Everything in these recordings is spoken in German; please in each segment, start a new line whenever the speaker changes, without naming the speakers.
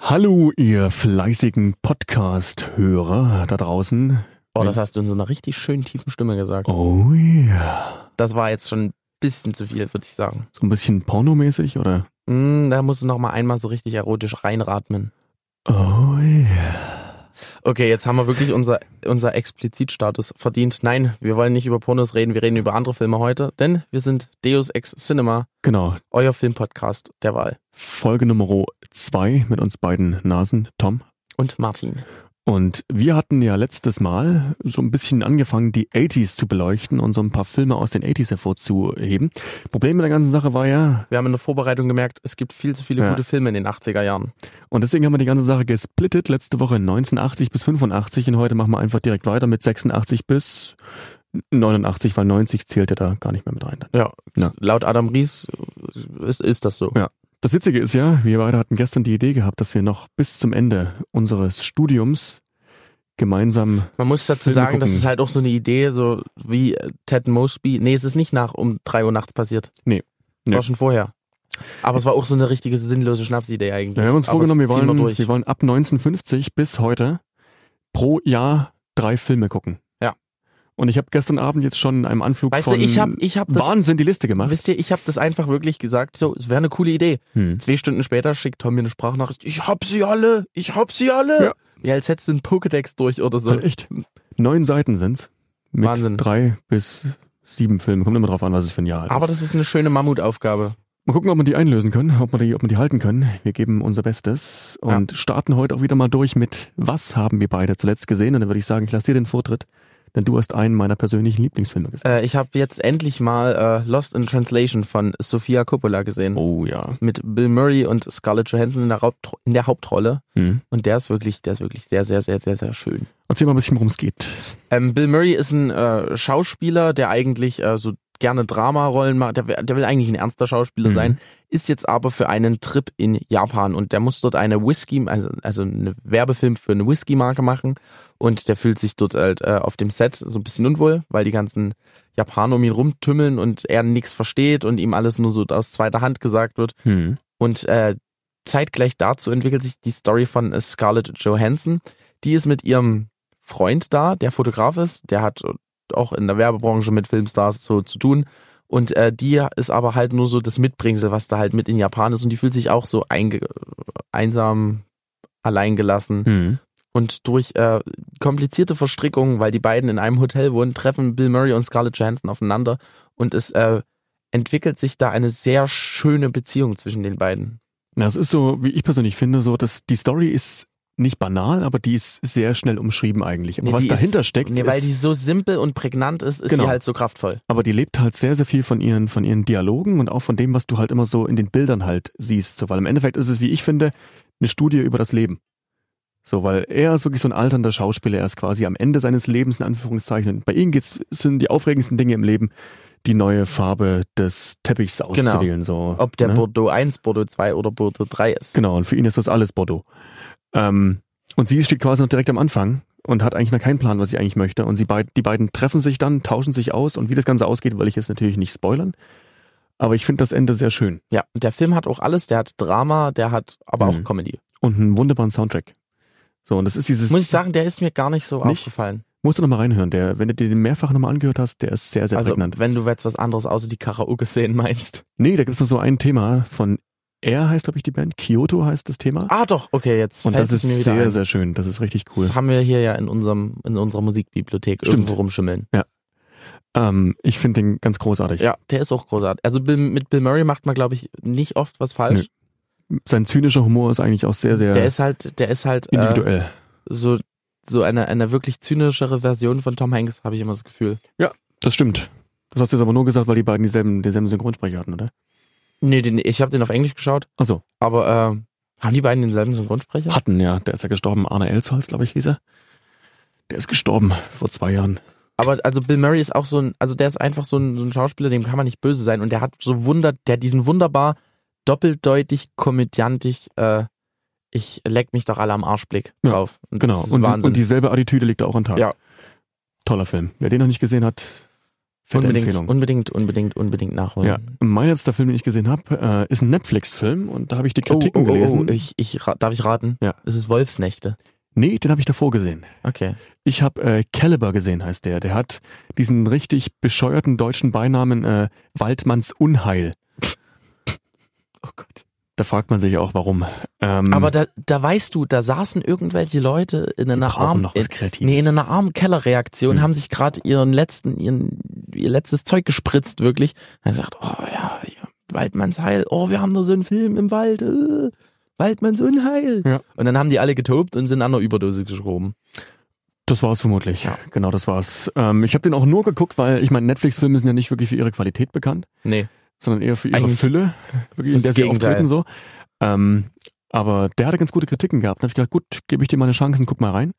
Hallo, ihr fleißigen Podcast-Hörer da draußen.
Boah, das hast du in so einer richtig schönen tiefen Stimme gesagt.
Hm. Oh yeah.
Das war jetzt schon ein bisschen zu viel, würde ich sagen.
So ein bisschen pornomäßig, oder?
Mm, da musst du noch mal einmal so richtig erotisch reinratmen.
Oh yeah.
Okay, jetzt haben wir wirklich unser, unser Explizitstatus verdient. Nein, wir wollen nicht über Pornos reden, wir reden über andere Filme heute, denn wir sind Deus Ex Cinema,
Genau.
euer Filmpodcast der Wahl.
Folge Nummer 2 mit uns beiden Nasen, Tom.
Und Martin.
Und wir hatten ja letztes Mal so ein bisschen angefangen, die 80s zu beleuchten und so ein paar Filme aus den 80s hervorzuheben. Problem mit der ganzen Sache war ja,
Wir haben in der Vorbereitung gemerkt, es gibt viel zu viele
Ja.
gute Filme in den 80er Jahren.
Und deswegen haben wir die ganze Sache gesplittet. Letzte Woche 1980 bis 85 und heute machen wir einfach direkt weiter mit 86 bis 89, weil 90 zählt ja da gar nicht mehr mit rein. Dann.
Ja,
Ja.
laut Adam Ries ist, ist das so.
Das Witzige ist ja, wir beide hatten gestern die Idee gehabt, dass wir noch bis zum Ende unseres Studiums gemeinsam,
Man muss dazu
Filme
sagen, das
gucken.
ist halt auch so eine Idee, so wie äh, Ted Mosby. Nee, es ist nicht nach um 3 Uhr nachts passiert.
Nee.
Es
Nee.
War schon vorher. Aber es war auch so eine richtige sinnlose Schnapsidee eigentlich.
wir haben uns
Aber
vorgenommen, wir
das ziehen
wollen,
durch.
wir wollen ab 1950 bis heute pro Jahr drei Filme gucken.
Ja.
Und ich habe gestern Abend jetzt schon in einem Anflug
Weißt du,
von
ich habe ich hab das,
Wahnsinn die Liste gemacht.
wisst ihr, ich habe das einfach wirklich gesagt, so, es wäre eine coole Idee.
Hm.
Zwei Stunden später schickt Tom mir eine Sprachnachricht. Ich hab sie alle, ich hab sie alle.
Ja.
Ja, als hättest du einen Pokédex durch oder so.
Halt echt. Neun Seiten sind's. Mit
Wahnsinn.
drei bis sieben Filmen. Kommt immer drauf an, was es für ein Jahr alt
Aber
ist.
das ist eine schöne Mammutaufgabe.
Mal gucken, ob wir die einlösen können, ob wir die, ob wir die halten können. Wir geben unser Bestes und starten heute auch wieder mal durch mit Was haben wir beide zuletzt gesehen? Und dann würde ich sagen, ich lasse dir den Vortritt, denn du hast einen meiner persönlichen Lieblingsfilme gesehen.
Äh, ich habe jetzt endlich mal äh, Lost in Translation von Sofia Coppola gesehen.
oh ja.
mit Bill Murray und Scarlett Johansson in der, Raubtro in der Hauptrolle.
Hm.
Und der ist wirklich, der ist wirklich sehr, sehr, sehr, sehr, sehr schön.
Erzähl mal ein bisschen, worum es geht.
Ähm, Bill Murray ist ein äh, Schauspieler, der eigentlich äh, so gerne Dramarollen macht. Der, wär- der will eigentlich ein ernster Schauspieler
Mhm.
sein, ist jetzt aber für einen Trip in Japan und der muss dort eine Whisky, also, also einen Werbefilm für eine Whisky-Marke machen. Und der fühlt sich dort halt äh, auf dem Set so ein bisschen unwohl, weil die ganzen Japaner um ihn rumtümmeln und er nichts versteht und ihm alles nur so aus zweiter Hand gesagt wird.
Hm.
Und äh, zeitgleich dazu entwickelt sich die Story von äh, Scarlett Johansson. Die ist mit ihrem Freund da, der Fotograf ist. Der hat äh, auch in der Werbebranche mit Filmstars so zu tun. Und äh, die ist aber halt nur so das Mitbringsel, was da halt mit in Japan ist. Und die fühlt sich auch so einge einsam, alleingelassen.
Hm.
Und durch äh, komplizierte Verstrickungen, weil die beiden in einem Hotel wohnen, treffen Bill Murray und Scarlett Johansson aufeinander und es äh, entwickelt sich da eine sehr schöne Beziehung zwischen den beiden.
Na, es ist so, wie ich persönlich finde, so, dass die Story ist nicht banal, aber die ist sehr schnell umschrieben eigentlich. Aber
Nee,
was
die ist-
dahinter steckt,
Nee,
ist,
weil die so simpel und prägnant ist, ist
Genau.
sie halt so kraftvoll.
Aber die lebt halt sehr, sehr viel von ihren, von ihren Dialogen und auch von dem, was du halt immer so in den Bildern halt siehst. So, weil im Endeffekt ist es, wie ich finde, eine Studie über das Leben. So, weil er ist wirklich so ein alternder Schauspieler, er ist quasi am Ende seines Lebens in Anführungszeichen. Und bei ihm geht's, sind die aufregendsten Dinge im Leben, die neue Farbe des Teppichs auszuwählen. So,
Genau. Ob der
ne?
Bordeaux 1, Bordeaux 2 oder Bordeaux 3 ist.
Genau, und für ihn ist das alles Bordeaux. Ähm, und sie steht quasi noch direkt am Anfang und hat eigentlich noch keinen Plan, was sie eigentlich möchte. Und sie beid, die beiden treffen sich dann, tauschen sich aus und wie das Ganze ausgeht, will ich jetzt natürlich nicht spoilern. Aber ich finde das Ende sehr schön
Ja, und der Film hat auch alles. Der hat Drama, der hat aber
Mhm.
auch Comedy.
und einen wunderbaren Soundtrack. So, und das ist dieses.
Muss ich sagen, der ist mir gar nicht so
Nicht?
aufgefallen.
Musst du nochmal reinhören. Der, wenn du dir den mehrfach nochmal angehört hast, der ist sehr, sehr
Also,
prägnant.
wenn du jetzt was anderes außer die Karaoke-Szenen meinst.
Nee, da gibt es noch so ein Thema von. Er heißt, glaube ich, die Band. Kyoto heißt das Thema.
Ah, doch, okay, jetzt
und
fällt
das
es
ist
mir wieder
sehr,
ein.
sehr schön. Das ist richtig cool.
Das haben wir hier ja in, unserem, in unserer Musikbibliothek
Stimmt.
irgendwo rumschimmeln.
Ähm, ich finde den ganz großartig.
Ja, der ist auch großartig. Also Bill, mit Bill Murray macht man, glaube ich, nicht oft was falsch.
Sein zynischer Humor ist eigentlich auch sehr, sehr
Der ist halt, der ist halt äh,
individuell.
so, so eine, eine wirklich zynischere Version von Tom Hanks, habe ich immer das Gefühl.
Das stimmt. Das hast du jetzt aber nur gesagt, weil die beiden dieselben, denselben Synchronsprecher hatten, oder?
Nee, den, ich habe den auf Englisch geschaut,
Achso,
aber äh, haben die beiden denselben Synchronsprecher?
hatten, ja. Der ist ja gestorben. Arne Elsholz, glaube ich, hieß er. Der ist gestorben vor zwei Jahren.
Aber also Bill Murray ist auch so ein, also der ist einfach so ein, so ein Schauspieler, dem kann man nicht böse sein und der hat so wunder, der hat diesen wunderbar doppeldeutig, komödiantisch, äh, ich leck mich doch alle am Arschblick
Ja,
drauf. Und
Genau.
Das ist
Und,
Wahnsinn.
und dieselbe Attitüde liegt da auch an Tag.
Ja.
Toller Film. Wer den noch nicht gesehen hat, Fette
unbedingt,
Empfehlung.
unbedingt, unbedingt, unbedingt nachholen.
Ja, und mein letzter Film, den ich gesehen habe, äh, ist ein Netflix-Film und da habe ich die
Oh, oh,
Kritiken
oh,
gelesen.
oh, ich, ich, ra- darf ich raten?
Ja.
Es ist Wolfsnächte.
Nee, den habe ich davor gesehen.
Okay.
Ich habe äh, Caliber gesehen, heißt der. Der hat diesen richtig bescheuerten deutschen Beinamen äh, Waldmanns Unheil.
Oh Gott.
Da fragt man sich auch, warum. Ähm,
Aber da, da weißt du, da saßen irgendwelche Leute in
wir
einer
brauchen
armen,
noch was Kreatives.
äh, nee, in einer armen Kellerreaktion,
Hm.
haben sich gerade ihren letzten, ihren, ihr letztes Zeug gespritzt, wirklich. Dann sagt, oh ja, ja, Waldmanns Heil, oh, wir haben da so einen Film im Wald, äh, Waldmanns Unheil.
Ja.
Und dann haben die alle getobt und sind an einer Überdosis geschoben.
Das war's vermutlich. Ja. Genau, das war's. Ähm, ich habe den auch nur geguckt, weil ich meine, Netflix-Filme sind ja nicht wirklich für ihre Qualität bekannt,
Nee.
sondern eher für ihre
Eigentlich
Fülle, wirklich, in
das
der sie
Gegenteil.
auftreten so. Ähm, aber der hatte ganz gute Kritiken gehabt. Da habe ich gedacht, gut, gebe ich dir mal eine Chance und guck mal rein.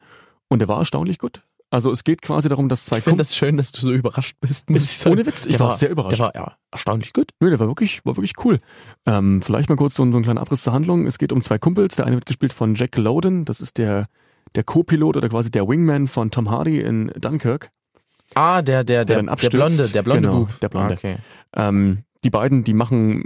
Und der war erstaunlich gut. Also es geht quasi darum, dass zwei
Ich finde
Kumpels.
das schön, dass du so überrascht bist. Muss ich sagen.
Ohne Witz, ich
Der
war,
war-
sehr überrascht.
Der war ja erstaunlich gut.
Nö, der war wirklich, war wirklich cool. Ähm, vielleicht mal kurz so, so einen kleinen Abriss zur Handlung. Es geht um zwei Kumpels. Der eine wird gespielt von Jack Loden. Das ist der, der Co-Pilot oder quasi der Wingman von Tom Hardy in Dunkirk.
Ah, der,
Der
der, der,
dann
der,
abstürzt.
blonde, der blonde
Genau,
Bub.
der Blonde.
Ah, Okay.
Ähm, die beiden, die machen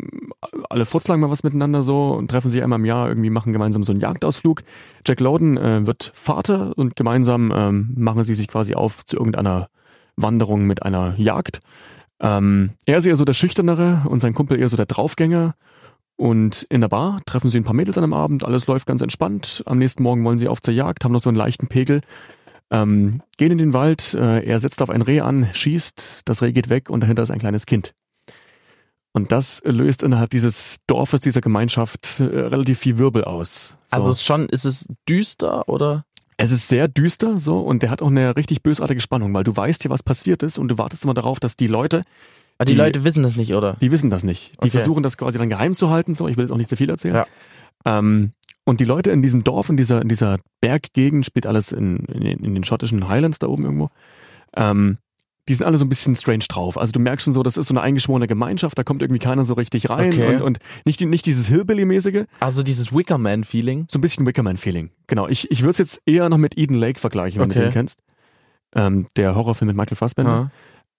alle furzlang mal was miteinander so und treffen sich einmal im Jahr irgendwie, machen gemeinsam so einen Jagdausflug. Jack Loden äh, wird Vater und gemeinsam ähm, machen sie sich quasi auf zu irgendeiner Wanderung mit einer Jagd. Ähm, er ist eher so der Schüchternere und sein Kumpel eher so der Draufgänger. Und in der Bar treffen sie ein paar Mädels an einem Abend, alles läuft ganz entspannt. Am nächsten Morgen wollen sie auf zur Jagd, haben noch so einen leichten Pegel. Ähm, gehen in den Wald, äh, er setzt auf ein Reh an, schießt, das Reh geht weg und dahinter ist ein kleines Kind. Und das löst innerhalb dieses Dorfes, dieser Gemeinschaft äh, relativ viel Wirbel aus. So.
Also es ist schon, ist es düster oder?
Es ist sehr düster so und der hat auch eine richtig bösartige Spannung, weil du weißt ja, was passiert ist und du wartest immer darauf, dass die Leute,
Ah, die,
Die-
Leute wissen das nicht, oder?
die wissen das nicht. Die
Okay.
versuchen das quasi dann geheim zu halten, so, ich will jetzt auch nicht zu viel erzählen.
Ja.
Ähm, und die Leute in diesem Dorf, in dieser, in dieser Berggegend, spielt alles in, in, den- in den schottischen Highlands da oben irgendwo, ähm, die sind alle so ein bisschen strange drauf. Also du merkst schon so, das ist so eine eingeschworene Gemeinschaft, da kommt irgendwie keiner so richtig rein
Okay.
und, und nicht, die- nicht dieses Hillbilly-mäßige,
Also dieses Wickerman-Feeling.
So ein bisschen Wickerman-Feeling. Genau. Ich, ich würde es jetzt eher noch mit Eden Lake vergleichen, wenn du
Okay.
den kennst. Ähm, der Horrorfilm mit Michael Fassbender.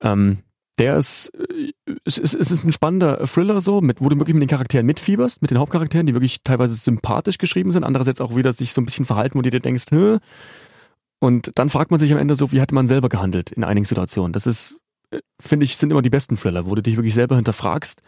Ja.
Ähm, der ist, äh, es ist, es ist ein spannender Thriller so, mit, wo du wirklich mit den Charakteren mitfieberst, mit den Hauptcharakteren, die wirklich teilweise sympathisch geschrieben sind, andererseits auch wieder sich so ein bisschen verhalten, wo du dir denkst, Hä? und dann fragt man sich am Ende so, wie hätte man selber gehandelt in einigen Situationen. Das ist, äh, finde ich, sind immer die besten Thriller, wo du dich wirklich selber hinterfragst.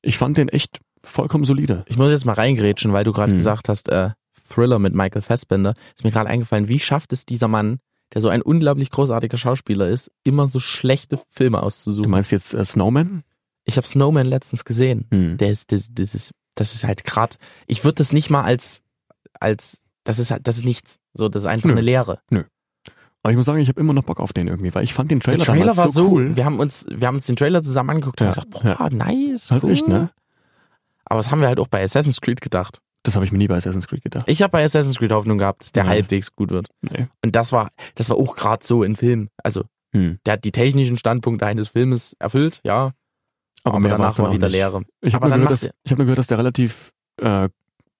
Ich fand den echt vollkommen solide.
Ich muss jetzt mal reingrätschen, weil du gerade
Mhm.
gesagt hast, äh, Thriller mit Michael Fassbender. Ist mir gerade eingefallen, wie schafft es dieser Mann, der so ein unglaublich großartiger Schauspieler ist, immer so schlechte Filme
Du
auszusuchen?
meinst jetzt äh, Snowman?
ich habe Snowman letztens gesehen.
Hm.
Der ist, das, das ist, das ist halt gerade, ich würde das nicht mal als, als, das ist halt, das ist nichts. So, das ist einfach
Nö.
eine Lehre.
Aber ich muss sagen, ich habe immer noch Bock auf den irgendwie, weil ich fand den Trailer,
der Trailer
damals
war so,
so cool.
wir haben uns, wir haben uns den Trailer zusammen angeguckt und
Ja,
haben gesagt, boah, nice,
Halt
cool.
echt, ne?
Aber das haben wir halt auch bei Assassin's Creed gedacht.
Das habe ich mir nie bei Assassin's Creed gedacht.
Ich habe bei Assassin's Creed Hoffnung gehabt, dass der
Ja.
halbwegs gut wird.
Nee.
Und das war, das war auch gerade so im Film. Also,
Hm.
der hat die technischen Standpunkte eines Filmes erfüllt, ja, aber, danach
war's dann
war
auch
wieder
nicht.
Leere.
Ich habe
Aber
nur,
dann
gehört,
macht
dass- ich hab nur gehört, dass der relativ äh,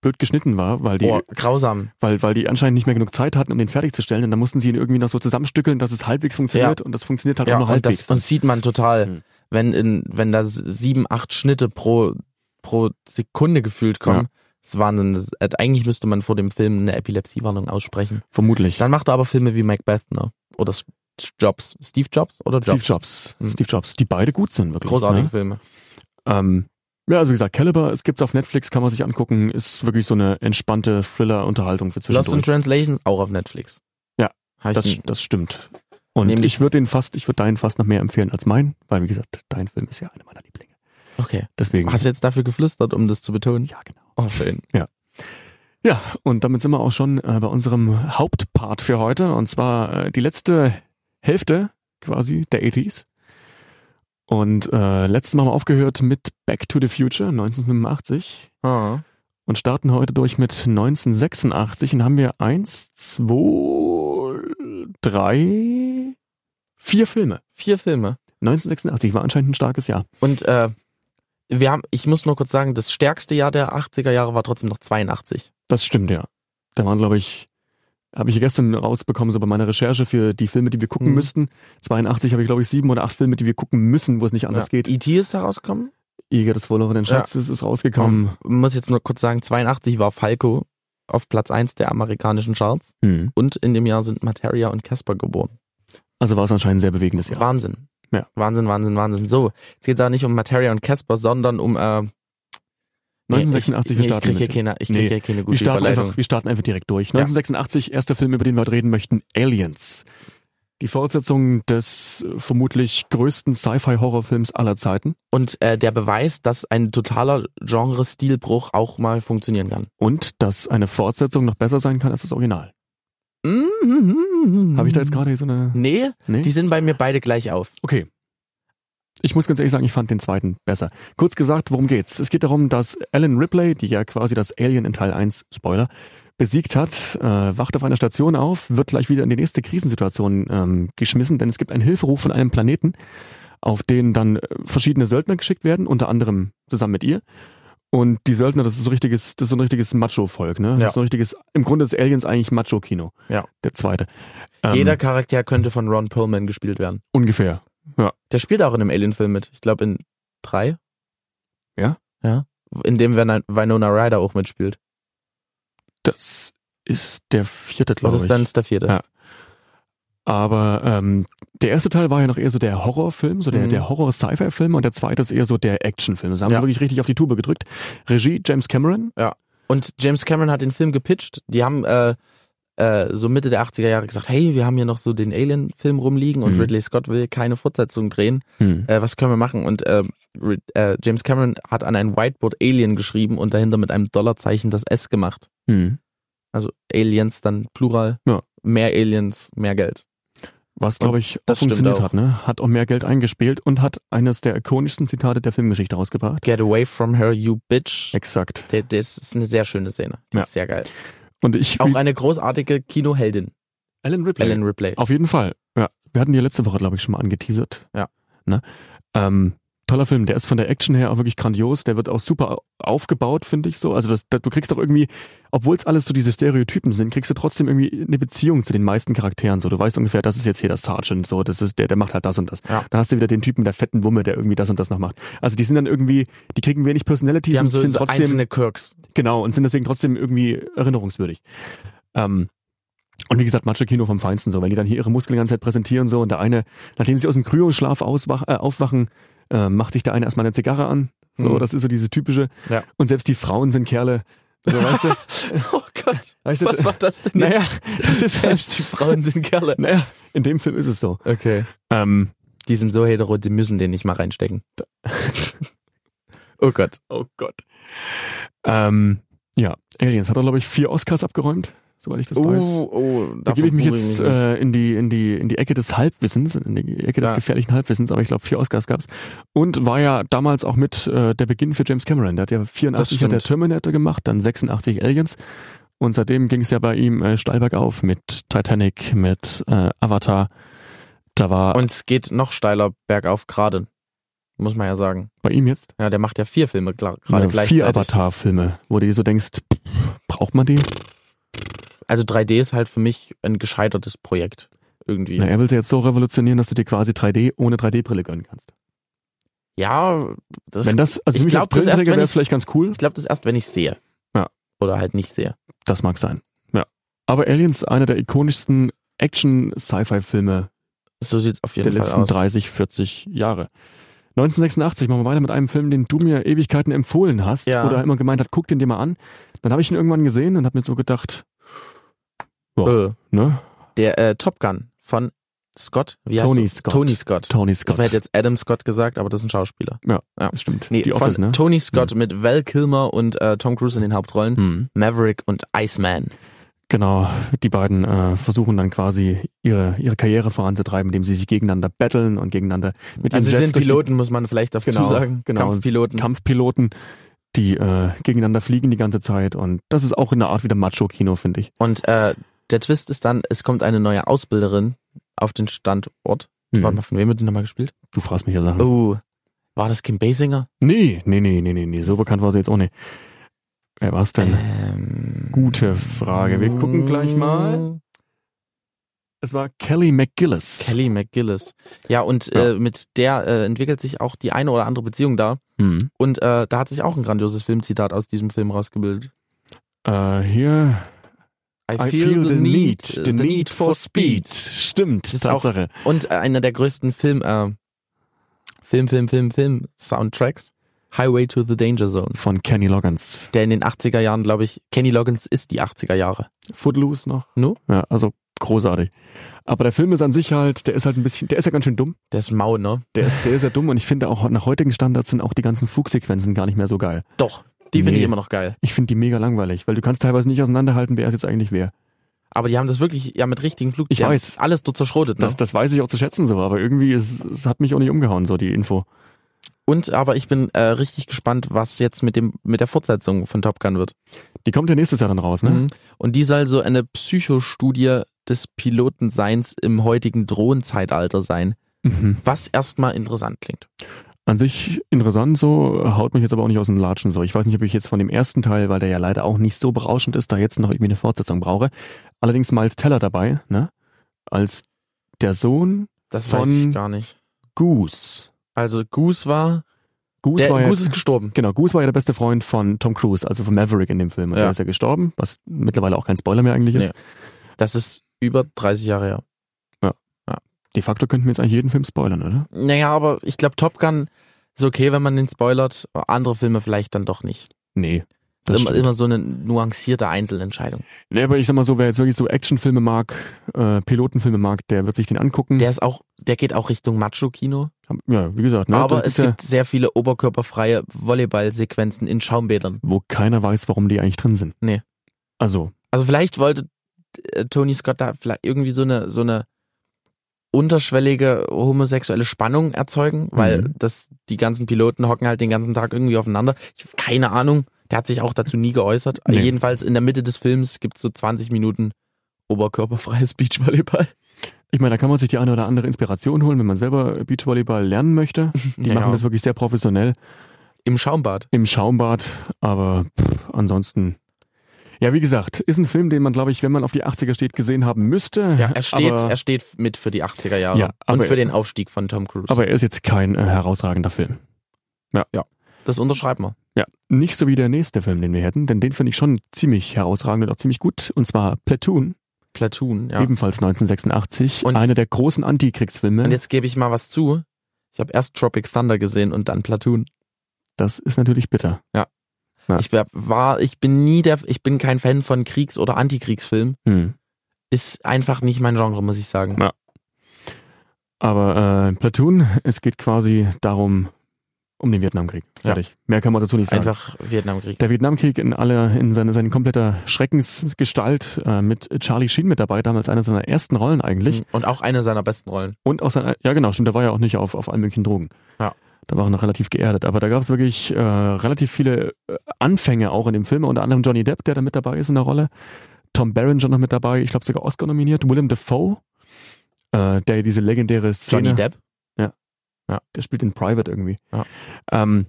blöd geschnitten war, weil die,
Boah, grausam.
weil, weil die anscheinend nicht mehr genug Zeit hatten, um den fertigzustellen. Und dann mussten sie ihn irgendwie noch so zusammenstückeln, dass es halbwegs funktioniert. Und das funktioniert halt
Ja,
auch nur
und
halbwegs.
das, und das sieht man total,
Hm.
wenn in, wenn da s- sieben, acht Schnitte pro, pro Sekunde gefühlt kommen. Das ist Wahnsinn. Das, äh, eigentlich müsste man vor dem Film eine Epilepsiewarnung aussprechen.
Vermutlich.
Dann macht er aber Filme wie Macbeth, ne? Oder S- Jobs. Steve Jobs oder Jobs?
Steve Jobs.
Hm.
Steve Jobs. Die beide gut sind, wirklich.
Großartige
ne?
Filme.
Ähm, ja, also wie gesagt, Caliber, es gibt's auf Netflix, kann man sich angucken. Ist wirklich so eine entspannte Thriller-Unterhaltung für
Lost
zwischendurch.
in Translation, auch auf Netflix.
Ja,
Hab ich
Das,
den-
das stimmt. Und
Nämlich-
ich würde den fast, ich würde deinen fast noch mehr empfehlen als meinen, weil wie gesagt, dein Film ist ja einer meiner Lieblinge.
okay.
Deswegen.
Hast du jetzt dafür geflüstert, um das zu betonen?
ja, genau.
Oh, schön.
Ja, und damit sind wir auch schon äh, bei unserem Hauptpart für heute. Und zwar äh, die letzte Hälfte quasi der 80s. Und äh, letztes Mal haben wir aufgehört mit Back to the Future 1985
Ah.
und starten heute durch mit 1986 und haben wir eins, zwei, drei, vier Filme.
Vier Filme.
1986 war anscheinend ein starkes Jahr.
Und äh, wir haben, ich muss nur kurz sagen, das stärkste Jahr der 80er Jahre war trotzdem noch 82.
Das stimmt, ja. Da waren, glaube ich, Habe ich gestern rausbekommen, so bei meiner Recherche für die Filme, die wir gucken
Mhm.
müssten. 82 habe ich, glaube ich, sieben oder acht Filme, die wir gucken müssen, wo es nicht anders
Ja.
geht.
E.T. ist da rausgekommen.
Jäger des verlorenen Schatzes ist rausgekommen.
Muss jetzt nur kurz sagen, 82 war Falco auf Platz 1 der amerikanischen Charts
Mhm.
und in dem Jahr sind Materia und Casper geboren.
Also war es anscheinend ein sehr bewegendes Jahr.
Wahnsinn.
Ja.
Wahnsinn, Wahnsinn, Wahnsinn. So, es geht da nicht um Materia und Casper, sondern um äh, nee,
1986,
ich,
wir
nee, ich
starten.
krieg hier
mit dem.
keine, ich krieg
Nee.
hier keine
Wir
gute
starten,
Überleitung.
einfach, wir starten einfach direkt durch.
Ja.
1986, erster Film, über den wir heute reden möchten, Aliens. Die Fortsetzung des äh, vermutlich größten Sci-Fi-Horrorfilms aller Zeiten.
Und äh, der Beweis, dass ein totaler Genre-Stilbruch auch mal funktionieren kann.
Und dass eine Fortsetzung noch besser sein kann als das Original. Habe ich da jetzt gerade so eine...
Hm. Nee,
Nee?
die sind bei mir beide gleich auf.
Okay. Ich muss ganz ehrlich sagen, ich fand den zweiten besser. Kurz gesagt, worum geht's? Es geht darum, dass Ellen Ripley, die ja quasi das Alien in Teil 1, Spoiler, besiegt hat, äh, wacht auf einer Station auf, wird gleich wieder in die nächste Krisensituation ähm, geschmissen, denn es gibt einen Hilferuf von einem Planeten, auf den dann äh, verschiedene Söldner geschickt werden, unter anderem zusammen mit ihr. Und die Söldner, das ist so richtiges, das ist so ein richtiges Macho-Volk, ne?
Ja.
Das ist so ein richtiges, im Grunde ist Aliens eigentlich Macho-Kino.
Ja.
Der zweite. Ähm,
Jeder Charakter könnte von Ron Perlman gespielt werden.
ungefähr.
Der spielt auch in einem Alien-Film mit. Ich glaube in drei.
Ja?
Ja. In dem Vin- Winona Ryder auch mitspielt.
Das ist der vierte,
Das
glaube
ist
ich.
dann ist der vierte.
Ja. Aber ähm, der erste Teil war ja noch eher so der Horrorfilm, so der,
Mhm.
der Horror-Sci-Fi-Film und der zweite ist eher so der Actionfilm. Das haben
Ja.
sie wirklich richtig auf die Tube gedrückt. Regie James Cameron.
Und James Cameron hat den Film gepitcht. Die haben äh, äh, so Mitte der 80er Jahre gesagt, hey, wir haben hier noch so den Alien-Film rumliegen und
Mhm.
Ridley Scott will keine Fortsetzung drehen.
Hm.
Äh, was können wir machen? Und ähm, Rid- äh, James Cameron hat an ein Whiteboard Alien geschrieben und dahinter mit einem Dollarzeichen das S gemacht.
Hm.
Also Aliens dann Plural.
Ja.
Mehr Aliens, mehr Geld.
Was, glaube ich, auch
das stimmt
funktioniert
auch.
hat. Ne? Hat auch mehr Geld eingespielt und hat eines der ikonischsten Zitate der Filmgeschichte rausgebracht.
Get away from her, you bitch.
Exakt.
Der- Das ist eine sehr schöne Szene. Die
Ja.
ist sehr geil.
Und ich...
Auch eine großartige Kinoheldin,
Alan Ripley.
Ellen Ripley.
Auf jeden Fall. Ja, wir hatten die letzte Woche, glaube ich, schon mal angeteasert.
Ja.
Ne? Ähm, toller Film. Der ist von der Action her auch wirklich grandios. Der wird auch super aufgebaut, finde ich so. Also das, das, du kriegst doch irgendwie, obwohl es alles so diese Stereotypen sind, kriegst du trotzdem irgendwie eine Beziehung zu den meisten Charakteren. So, du weißt ungefähr, das ist jetzt hier der Sergeant. So, das ist der, der macht halt das und das.
Ja.
Dann hast du wieder den Typen mit der fetten Wumme, der irgendwie das und das noch macht. Also die sind dann irgendwie, die kriegen wenig Personality,
Die haben
und
so,
sind
so
trotzdem
einzelne Kirks.
Genau, und sind deswegen trotzdem irgendwie erinnerungswürdig. Ähm, und wie gesagt, Macho-Kino vom Feinsten so, wenn die dann hier ihre Muskeln die ganze Zeit präsentieren so und der eine, nachdem sie aus dem Kryoschlaf auswach, äh, aufwachen, äh, macht sich der eine erstmal eine Zigarre an. So,
Mhm.
das ist so dieses typische.
Ja.
Und selbst die Frauen sind Kerle. So, weißt du,
Oh Gott,
weißt du
war das denn?
naja, das ist selbst.
Selbst die Frauen sind Kerle.
Naja, in dem Film ist es so.
Okay.
Ähm,
Die sind so hetero, die müssen den nicht mal reinstecken. oh Gott.
oh Gott. Ähm, ja, Aliens hat er, glaube ich, vier Oscars abgeräumt, soweit ich das weiß.
oh,
Da gebe ich mich
verprügeln
jetzt
mich nicht.
äh, in, die, in, die, in die Ecke des Halbwissens, in die Ecke des
Ja.
gefährlichen Halbwissens, aber ich glaube, vier Oscars gab's Und war ja damals auch mit äh, der Beginn für James Cameron. Der hat ja 84 hat der
stimmt.
Terminator gemacht, dann 86 Aliens. Und seitdem ging's ja bei ihm äh, steil bergauf mit Titanic, mit äh, Avatar. Da war
Und es geht noch steiler bergauf gerade. Muss man ja sagen.
bei ihm jetzt
Ja, der macht ja vier Filme klar- gerade
äh,
gleichzeitig.
vier Avatar-Filme, wo du dir so denkst, pff, braucht man die?
Also 3D ist halt für mich ein gescheitertes Projekt. Irgendwie.
Na, er will's ja jetzt so revolutionieren, dass du dir quasi 3D ohne 3D-Brille gönnen kannst.
Ja, das,
wenn das, also
ich
für mich
glaub,
als
das erst,
Brillenträger
wenn
wäre
ich's-
vielleicht ganz cool.
ich glaube, das erst, wenn ich sehe.
Ja.
Oder halt nicht sehe.
Das mag sein. Ja. Aber Aliens, einer der ikonischsten Action-Sci-Fi-Filme
So sieht's auf jeden
der
Fall
letzten
aus.
30, 40 Jahre. 1986 machen wir weiter mit einem Film, den du mir Ewigkeiten empfohlen hast
Ja.
oder immer gemeint hat, guck den dir mal an. Dann habe ich ihn irgendwann gesehen und habe mir so gedacht,
Äh,
ne?
der äh, Top Gun von Scott. Wie heißt
Tony
er?
Scott.
Tony Scott.
Tony
Ich
Scott.
hätte jetzt Adam Scott gesagt, aber das ist ein Schauspieler.
Das stimmt.
Nee,
Die
von
Office, ne?
Tony Scott mit Val Kilmer und äh, Tom Cruise in den Hauptrollen.
Hm.
Maverick und Iceman.
Genau, die beiden äh, versuchen dann quasi ihre, ihre Karriere voranzutreiben, indem sie sich gegeneinander battlen und gegeneinander mit ihren
Also sie
Jets
sind
durch die
Piloten, muss man vielleicht dazu
Genau,
sagen.
genau.
Kampfpiloten.
Kampfpiloten, die äh, gegeneinander fliegen die ganze Zeit. Und das ist auch in einer Art wieder Macho-Kino, finde ich.
Und äh, der Twist ist dann, es kommt eine neue Ausbilderin auf den Standort.
Mhm.
Warte mal, von wem wird die nochmal gespielt?
Du fragst mich ja Sachen.
Oh, war das Kim Basinger?
Nee, nee, nee, nee, nee, nee. So bekannt war sie jetzt auch nicht. Wer war's denn?
Ähm,
Gute Frage. Wir gucken gleich mal. Es war Kelly McGillis.
Kelly McGillis. Ja, und
Ja.
Äh, mit der äh, entwickelt sich auch die eine oder andere Beziehung da.
Hm.
Und äh, da hat sich auch ein grandioses Filmzitat aus diesem Film rausgebildet.
Äh, hier. I feel the need, uh, the need for speed. Stimmt,
ist auch-
Tatsache.
Und äh, einer der größten Film, äh, Film, Film, Film, Film Soundtracks, Highway to the Danger Zone.
Von Kenny Loggins.
Der in den 80er Jahren, glaube ich, Kenny Loggins ist die 80er Jahre.
Footloose noch.
No?
Ja, also großartig. Aber der Film ist an sich halt, der ist halt ein bisschen, der ist ja ganz schön dumm.
Der ist mau, ne?
Der ist sehr, sehr dumm und ich finde auch nach heutigen Standards sind auch die ganzen Flugsequenzen gar nicht mehr so geil.
Doch, die finde
Nee.
ich immer noch geil.
Ich finde die mega langweilig, weil du kannst teilweise nicht auseinanderhalten, wer es jetzt eigentlich wer.
Aber die haben das wirklich ja mit richtigen Flug
Ich
die haben
weiß.
alles dort zerschrotet, ne?
Das, das weiß ich auch zu schätzen so, aber irgendwie, es, es hat mich auch nicht umgehauen, so die Info.
Und aber ich bin äh, richtig gespannt, was jetzt mit dem mit der Fortsetzung von Top Gun wird.
Die kommt ja nächstes Jahr dann raus, ne?
Mhm. Und die soll so eine Psychostudie des Pilotenseins im heutigen Drohnenzeitalter sein,
Mhm.
was erstmal interessant klingt.
An sich interessant so, haut mich jetzt aber auch nicht aus dem Latschen so. Ich weiß nicht, ob ich jetzt von dem ersten Teil, weil der ja leider auch nicht so berauschend ist, da jetzt noch irgendwie eine Fortsetzung brauche. Allerdings Miles Teller dabei, ne? Als der Sohn
Das
Von-
weiß ich gar nicht.
Goose.
Also Goose war,
Goose
der,
war ja
Goose ist gestorben.
Genau, Goose war ja der beste Freund von Tom Cruise, also von Maverick in dem Film. Und
Ja.
der ist ja gestorben, was mittlerweile auch kein Spoiler mehr eigentlich ist.
Nee. Das ist über 30 Jahre her.
De facto könnten wir jetzt eigentlich jeden Film spoilern, oder?
Naja, aber ich glaube Top Gun ist okay, wenn man den spoilert. Andere Filme vielleicht dann doch nicht.
Nee.
Das Hm.
Das
ist immer,
stimmt.
immer so eine nuancierte Einzelentscheidung.
nee, aber ich sag mal so, wer jetzt wirklich so Actionfilme mag, äh, Pilotenfilme mag, der wird sich den angucken.
Der ist auch, der geht auch Richtung Macho-Kino.
ja, wie gesagt, ne, da
aber es
gibt's ja,
gibt sehr viele oberkörperfreie Volleyballsequenzen in Schaumbädern.
wo keiner weiß, warum die eigentlich drin sind.
Nee.
Also,
Also vielleicht wollte äh, Tony Scott da vielleicht irgendwie so eine so eine unterschwellige homosexuelle Spannung erzeugen, weil
Mhm.
das die ganzen Piloten hocken halt den ganzen Tag irgendwie aufeinander. Ich, keine Ahnung, der hat sich auch dazu nie geäußert.
Nee.
Jedenfalls in der Mitte des Films gibt's so 20 Minuten oberkörperfreies Beachvolleyball.
ich meine, da kann man sich die eine oder andere Inspiration holen, wenn man selber Beachvolleyball lernen möchte. Die machen das wirklich sehr professionell.
im Schaumbad.
im Schaumbad, aber pff, ansonsten. Ja, wie gesagt, ist ein Film, den man, glaube ich, wenn man auf die 80er steht, gesehen haben müsste.
Ja, er steht,
aber,
er steht mit für die 80er Jahre
Ja, aber-
und für den Aufstieg von Tom Cruise.
aber er ist jetzt kein äh, herausragender Film.
das unterschreibt man.
Ja, nicht so wie der nächste Film, den wir hätten, denn den finde ich schon ziemlich herausragend und auch ziemlich gut. Und zwar Platoon,
Platoon, ja.
ebenfalls 1986,
Und-
einer der großen
Und
Antikriegsfilme.
jetzt gebe ich mal was zu. Ich habe erst Tropic Thunder gesehen und dann Platoon.
Das ist natürlich bitter. Ja.
Ich wär- war, ich bin nie der, ich bin kein Fan von Kriegs- oder Antikriegsfilmen.
Hm.
Ist einfach nicht mein Genre, muss ich sagen.
Ja. Aber äh, Platoon, es geht quasi darum, um den Vietnamkrieg. Fertig. Mehr kann man dazu nicht sagen.
Einfach Vietnamkrieg.
Der Vietnamkrieg in aller, in seiner seine kompletter Schreckensgestalt äh, mit Charlie Sheen mit dabei, damals einer seiner ersten Rollen eigentlich.
Hm, Und auch eine seiner besten Rollen.
Und auch seiner, ja genau, stimmt, der war ja auch nicht auf, auf allen möglichen Drogen.
Ja.
Da war er noch relativ geerdet. Aber da gab es wirklich äh, relativ viele äh, Anfänge auch in dem Film, unter anderem Johnny Depp, der da mit dabei ist in der Rolle. Tom Berenger noch mit dabei, ich glaube sogar Oscar nominiert, Willem Dafoe, äh, der diese legendäre Szene.
Johnny Depp.
Der spielt in Private irgendwie.
Ja.
Ähm,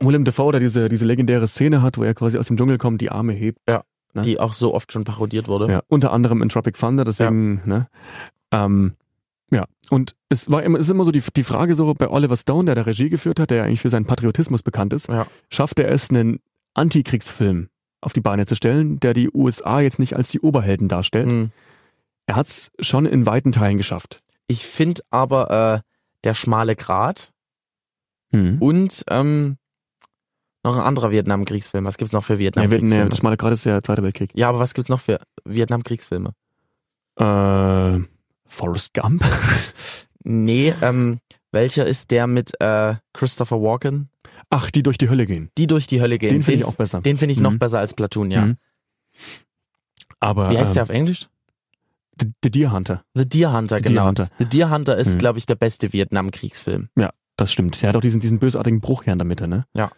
Willem Dafoe, der diese, diese legendäre Szene hat, wo er quasi aus dem Dschungel kommt, die Arme hebt. Ne?
Die auch so oft schon parodiert wurde.
Ja, unter anderem in Tropic Thunder, deswegen, ne? Ähm, ja, und es war immer, es ist immer so die, die Frage so bei Oliver Stone, der da Regie geführt hat, der ja eigentlich für seinen Patriotismus bekannt ist,
Ja.
schafft er es, einen Antikriegsfilm auf die Beine zu stellen, der die USA jetzt nicht als die Oberhelden darstellt.
Hm.
Er hat es schon in weiten Teilen geschafft.
Ich finde aber äh, der schmale Grat und ähm, noch ein anderer Vietnamkriegsfilm. Was gibt's noch für
Ja, wir, ne,
Vietnamkriegsfilme?
das mal gerade ist der Zweite Weltkrieg.
Ja, aber was gibt's noch für Vietnamkriegsfilme?
Äh, Forrest Gump.
Nee, ähm, welcher ist der mit äh, Christopher Walken?
Ach, die durch die Hölle gehen.
Die durch die Hölle gehen.
Den finde ich auch besser.
Den finde ich noch
Mhm.
besser als Platoon, ja.
Mhm. Aber
Wie heißt der
ähm,
auf Englisch?
The- The Deer Hunter.
The Deer Hunter,
The
genau.
Deer Hunter.
The Deer Hunter ist,
Mhm.
glaube ich, der beste Vietnamkriegsfilm.
Das stimmt. Der hat auch diesen, diesen bösartigen Bruch hier in der Mitte, ne?
Ja.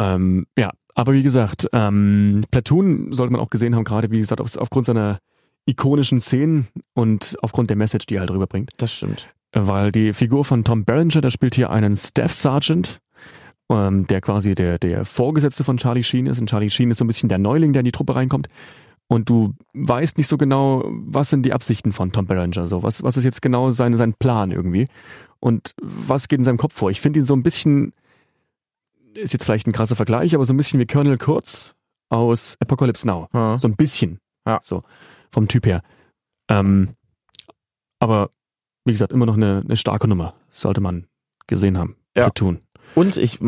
Ähm, ja, aber wie gesagt, ähm, Platoon sollte man auch gesehen haben, gerade wie gesagt, aufs- aufgrund seiner ikonischen Szenen und aufgrund der Message, die er halt rüberbringt.
Das stimmt.
Weil die Figur von Tom Berenger, der spielt hier einen Staff Sergeant, ähm, der quasi der, der Vorgesetzte von Charlie Sheen ist. Und Charlie Sheen ist so ein bisschen der Neuling, der in die Truppe reinkommt. Und du weißt nicht so genau, was sind die Absichten von Tom Berenger, so was, was ist jetzt genau sein, sein Plan irgendwie und was geht in seinem Kopf vor. Ich finde ihn so ein bisschen, ist jetzt vielleicht ein krasser Vergleich, aber so ein bisschen wie Colonel Kurz aus Apocalypse Now.
Ja.
Ne? So ein bisschen.
Ja.
So, vom Typ her. Ähm, aber wie gesagt, immer noch eine, eine starke Nummer. Sollte man gesehen haben.
Ja.
Platoon.
Und ich,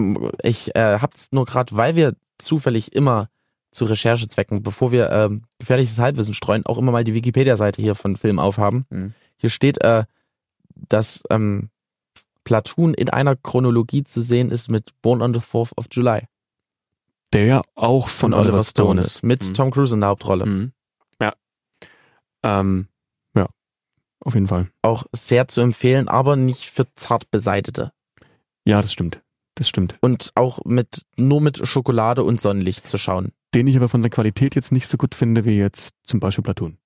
ich äh, hab's nur gerade, weil wir zufällig immer zu Recherchezwecken, bevor wir ähm, gefährliches Halbwissen streuen, auch immer mal die Wikipedia-Seite hier von Film aufhaben.
Mhm.
Hier steht, äh, dass ähm, Platoon in einer Chronologie zu sehen ist mit Born on the 4th of July
Der ja auch von, Oliver, Stone ist.
mit
Mhm.
Tom Cruise in der Hauptrolle.
Mhm. Ja. Ähm, ja. Auf jeden Fall.
Auch sehr zu empfehlen, aber nicht für zart beseitete.
Ja, das stimmt. Das stimmt.
Und auch mit nur mit Schokolade und Sonnenlicht zu schauen.
Den ich aber von der Qualität jetzt nicht so gut finde, wie jetzt zum Beispiel Platoon.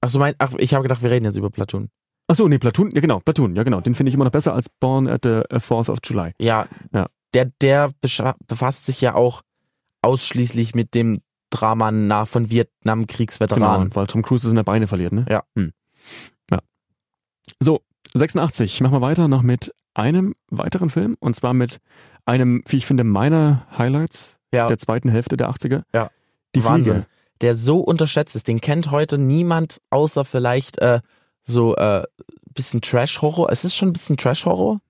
Ach, so mein, ach ich habe gedacht, wir reden jetzt über Platoon.
Achso, nee, Platoon, ja genau, Platoon, ja genau. Den finde ich immer noch besser als Born at the äh, 4th of July.
Ja,
Ja.
der, der bescha- befasst sich ja auch ausschließlich mit dem Drama nach von Vietnam-Kriegsveteranen.
Genau, weil Tom Cruise seine Beine verliert, ne?
Ja.
Hm. ja. So, 86. Machen wir weiter noch mit einem weiteren Film und zwar mit einem, wie ich finde, meiner Highlights
Ja,
der zweiten Hälfte der 80er.
Ja.
Die
Wahnsinn.
Fliege.
der so unterschätzt ist. Den kennt heute niemand, außer vielleicht äh, so äh, bisschen Trash-Horror. Es ist schon ein bisschen Trash-Horror.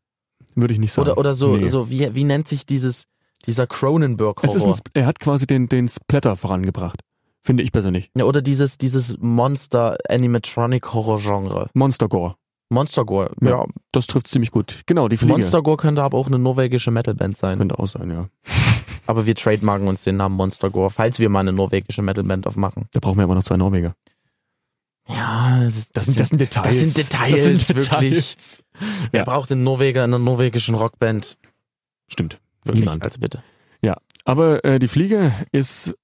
Würde ich nicht sagen.
Oder, oder so,
Nee.
so wie, wie nennt sich dieses, dieser
es ist ein,
Cronenberg-Horror?
Sp- er hat quasi den, den Splatter vorangebracht. Finde ich persönlich.
Ja, oder dieses, dieses Monster-Animatronic-Horror-Genre.
Monster Gore.
Monster-Gore.
Ja.
Ja,
Das trifft ziemlich gut. Genau, die Fliege.
Monster-Gore könnte aber auch eine norwegische Metalband sein.
Könnte auch sein, ja.
Aber wir trademarken uns den Namen Monster Gore, falls wir mal eine norwegische Metalband aufmachen.
Da brauchen wir aber noch zwei Norweger.
Ja, das,
sind Details.
das sind Details, wirklich. Wer
Ja.
braucht einen Norweger in einer norwegischen Rockband?
Stimmt.
Wirklich,
Niemand.
also bitte.
Aber äh, die Fliege ist äh,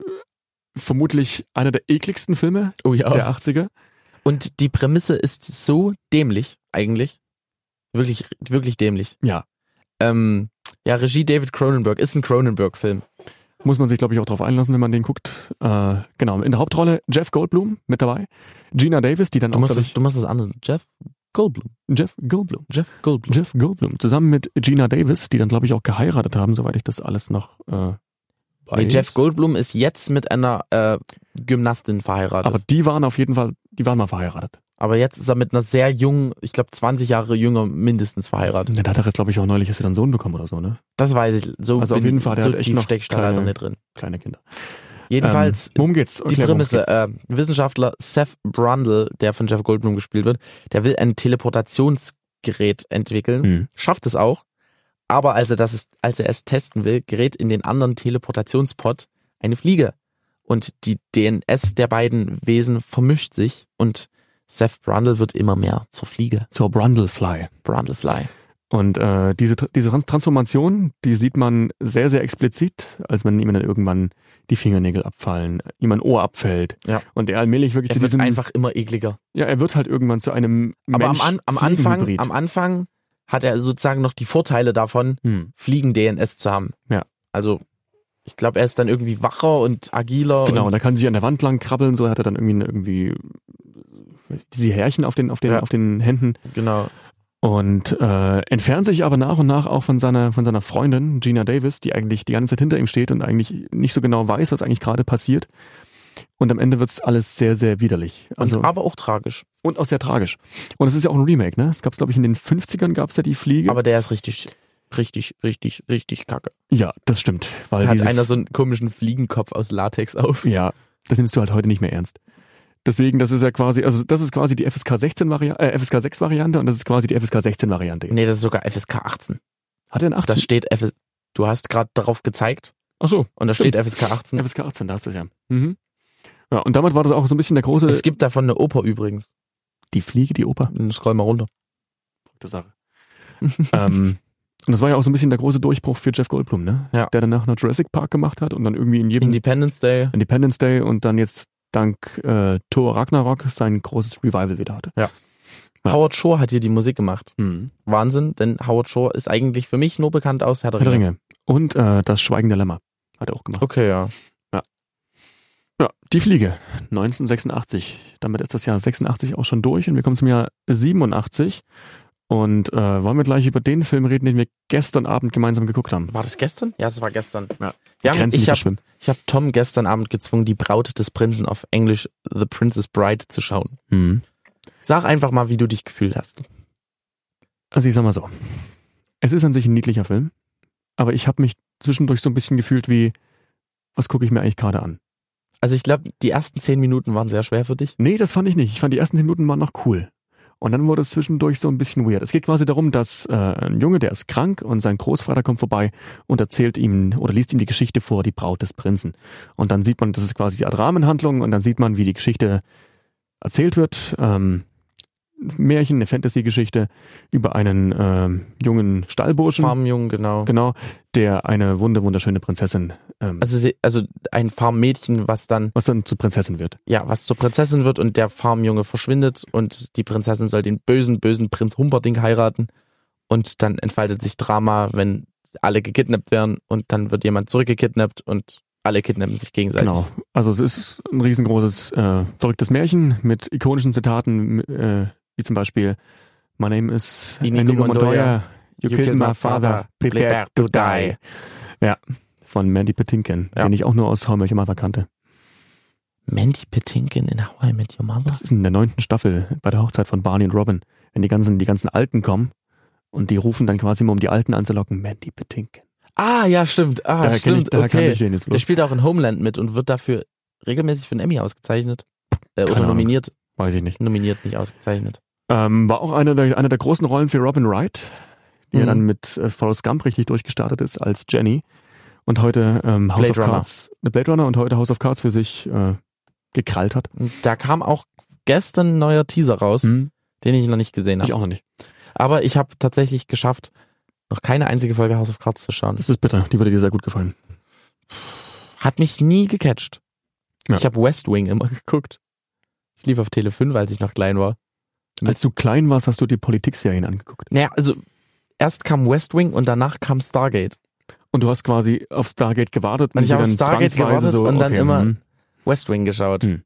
vermutlich einer der ekligsten Filme
Oh ja.
der 80er.
Und die Prämisse ist so dämlich, eigentlich. Wirklich, wirklich dämlich.
Ja.
Ähm, ja, Regie David Cronenberg. Ist ein Cronenberg-Film.
Muss man sich, glaube ich, auch drauf einlassen, wenn man den guckt. Äh, genau, in der Hauptrolle Jeff Goldblum mit dabei. Gina Davis, die dann
Du
auch,
musst
glaub
das,
ich,
du musst das andere. Jeff Goldblum.
Jeff Goldblum.
Jeff Goldblum.
Jeff Goldblum, zusammen mit Gina Davis, die dann, glaube ich, auch geheiratet haben, soweit ich das alles noch äh,
Nee,
weiß.
Jeff Goldblum ist jetzt mit einer äh, Gymnastin verheiratet.
Aber die waren auf jeden Fall, die waren mal verheiratet.
Aber jetzt ist er mit einer sehr jungen, ich glaube 20 Jahre jünger mindestens verheiratet.
Ja, Da hat er jetzt, glaube ich, auch neulich erst wieder einen Sohn bekommen oder so, ne?
Das weiß ich. So
Also auf
bin,
jeden Fall, der
so
hat echt
tief
noch
stecke ich da leider
kleine-
nicht drin.
Kleine Kinder.
Jedenfalls
Ähm, worum geht's?
die
Erklär, worum
Prämisse.
geht's.
Äh, Wissenschaftler Seth Brundle, der von Jeff Goldblum gespielt wird, der will ein Teleportationsgerät entwickeln,
Mhm.
schafft es auch. Aber als er, das ist, als er es testen will, gerät in den anderen Teleportationspot eine Fliege. Und die DNS der beiden Wesen vermischt sich und Seth Brundle wird immer mehr zur Fliege.
Zur Brundlefly.
Brundlefly.
Und äh, diese, diese Trans- Transformation, die sieht man sehr, sehr explizit, als man ihm dann irgendwann die Fingernägel abfallen, ihm ein Ohr abfällt.
Ja.
Und er allmählich wirklich
Er
zu
wird
diesem,
einfach immer ekliger.
ja, er wird halt irgendwann zu einem
Aber am,
Mensch
An am, Anfang,
Fliegenhybrid.
am Anfang hat er sozusagen noch die Vorteile davon,
hm.
Fliegen-DNS zu haben.
Ja.
Also, ich glaube, er ist dann irgendwie wacher und agiler.
Genau,
Und,
und da kann sie an der Wand lang krabbeln, so hat er dann irgendwie, irgendwie diese Härchen auf den, auf den,
Ja.
auf den Händen
genau.
und äh, entfernt sich aber nach und nach auch von seiner, von seiner Freundin Gina Davis, die eigentlich die ganze Zeit hinter ihm steht und eigentlich nicht so genau weiß, was eigentlich gerade passiert. Und am Ende wird's alles sehr, sehr widerlich. Also,
und, aber auch tragisch.
Und auch sehr tragisch. Und es ist ja auch ein Remake, ne? Es gab's, glaube ich, in den 50ern gab's ja die Fliege.
Aber der ist richtig, richtig, richtig, richtig kacke.
ja, das stimmt. Weil
Da hat
Also diese,
einer so einen komischen Fliegenkopf aus Latex auf.
ja, das nimmst du halt heute nicht mehr ernst. Deswegen, das ist ja quasi, also das ist quasi die FSK 16 Variante, äh, FSK 6 Variante und das ist quasi die FSK 16 Variante.
Nee, das ist sogar FSK 18.
Hat er einen
Das
18?
steht FS Du hast gerade darauf gezeigt
Ach so,
und da
Stimmt.
steht FSK 18.
FSK 18, da hast du es ja. Mhm. Ja, und damit war das auch so ein bisschen der große,
Es gibt davon eine Oper übrigens.
die Fliege, die Oper,
Scroll mal runter.
verrückte Sache. ähm, und das war ja auch so ein bisschen der große Durchbruch für Jeff Goldblum, ne?
Ja.
Der danach noch Jurassic Park gemacht hat und dann irgendwie in jedem
Independence Day.
Independence Day und dann jetzt dank äh, Thor Ragnarok sein großes Revival wieder hatte. Ja.
Howard Shore hat hier die Musik gemacht.
Mhm.
Wahnsinn, denn Howard Shore ist eigentlich für mich nur bekannt aus Herr der
Herr der
Ringe.
Ringe. Und äh, das Schweigen der Lämmer hat er auch gemacht.
Okay, ja.
Ja, die Fliege, 1986. Damit ist das Jahr 86 auch schon durch und wir kommen zum Jahr 87. Und äh, wollen wir gleich über den Film reden, den wir gestern Abend gemeinsam geguckt haben.
War das gestern? Ja, es war gestern.
Ja.
Wir haben,
Grenzen
ich
nicht
habe
verschwimmen.
hab Tom gestern Abend gezwungen, die Braut des Prinzen auf Englisch The Princess Bride zu schauen.
Mhm.
Sag einfach mal, wie du dich gefühlt hast.
Also ich sag mal so. Es ist an sich ein niedlicher Film, aber ich habe mich zwischendurch so ein bisschen gefühlt wie, was gucke ich mir eigentlich gerade an?
Also ich glaube, die ersten zehn Minuten waren sehr schwer für dich.
Nee, das fand ich nicht. Ich fand die ersten zehn Minuten waren noch cool. Und dann wurde es zwischendurch so ein bisschen weird. Es geht quasi darum, dass äh, ein Junge, der ist krank und sein Großvater kommt vorbei und erzählt ihm oder liest ihm die Geschichte vor, die Braut des Prinzen. Und dann sieht man, das ist quasi die Art Rahmenhandlung und dann sieht man, wie die Geschichte erzählt wird. Ähm, Märchen, eine Fantasy-Geschichte über einen ähm, jungen Stallburschen,
Farmjungen, genau.
genau, der eine wunder wunderschöne Prinzessin, ähm,
Also, sie, also ein Farmmädchen, was dann,
was dann zu Prinzessin wird.
ja, was zur Prinzessin wird und der Farmjunge verschwindet und die Prinzessin soll den bösen, bösen Prinz Humperdinck heiraten und dann entfaltet sich Drama, wenn alle gekidnappt werden und dann wird jemand zurückgekidnappt und alle kidnappen sich gegenseitig.
Genau. Also es ist ein riesengroßes, äh, verrücktes Märchen mit ikonischen Zitaten, m- äh, wie zum Beispiel My name is
Inigo Montoya.
you, killed my father, prepare to die. Ja, von Mandy Patinkin,
Ja.
den ich auch nur aus How I Met Your Mother kannte.
Mandy Patinkin in How I Met Your Mother.
Das ist in der neunten Staffel bei der Hochzeit von Barney und Robin, wenn die ganzen, die ganzen Alten kommen und die rufen dann quasi immer, um die Alten anzulocken, Mandy Patinkin.
Ah, ja, stimmt. Ah,
daher kenn ich,
stimmt.
daher kannte
okay.
ich den jetzt
Der
bloß.
spielt auch in Homeland mit und wird dafür regelmäßig für einen Emmy ausgezeichnet. Äh,
Keine
oder
Ahnung.
nominiert.
Weiß ich nicht.
Nominiert, nicht ausgezeichnet.
Ähm, war auch eine der, eine der großen Rollen für Robin Wright, die ja
Mhm.
dann mit äh, Forrest Gump richtig durchgestartet ist als Jenny und heute ähm, House
Blade
of
Runner.
Cards, eine Blade Runner und heute House of Cards für sich äh, gekrallt hat.
Und da kam auch gestern ein neuer Teaser raus, den ich noch nicht gesehen
Ich
habe.
auch noch nicht.
Aber ich habe tatsächlich geschafft, noch keine einzige Folge House of Cards zu schauen.
Das ist bitter, die würde dir sehr gut gefallen.
Hat mich nie gecatcht.
Ja.
Ich habe West Wing immer geguckt. Es lief auf Tele 5, als ich noch klein war.
Als du klein warst, hast du die Politikserien angeguckt.
Naja, also erst kam West Wing und danach kam Stargate.
Und du hast quasi auf Stargate gewartet
Und ich
dir
habe auf
dann
Stargate
zwangsweise
gewartet und dann immer-
mhm.
West Wing geschaut.
Hm.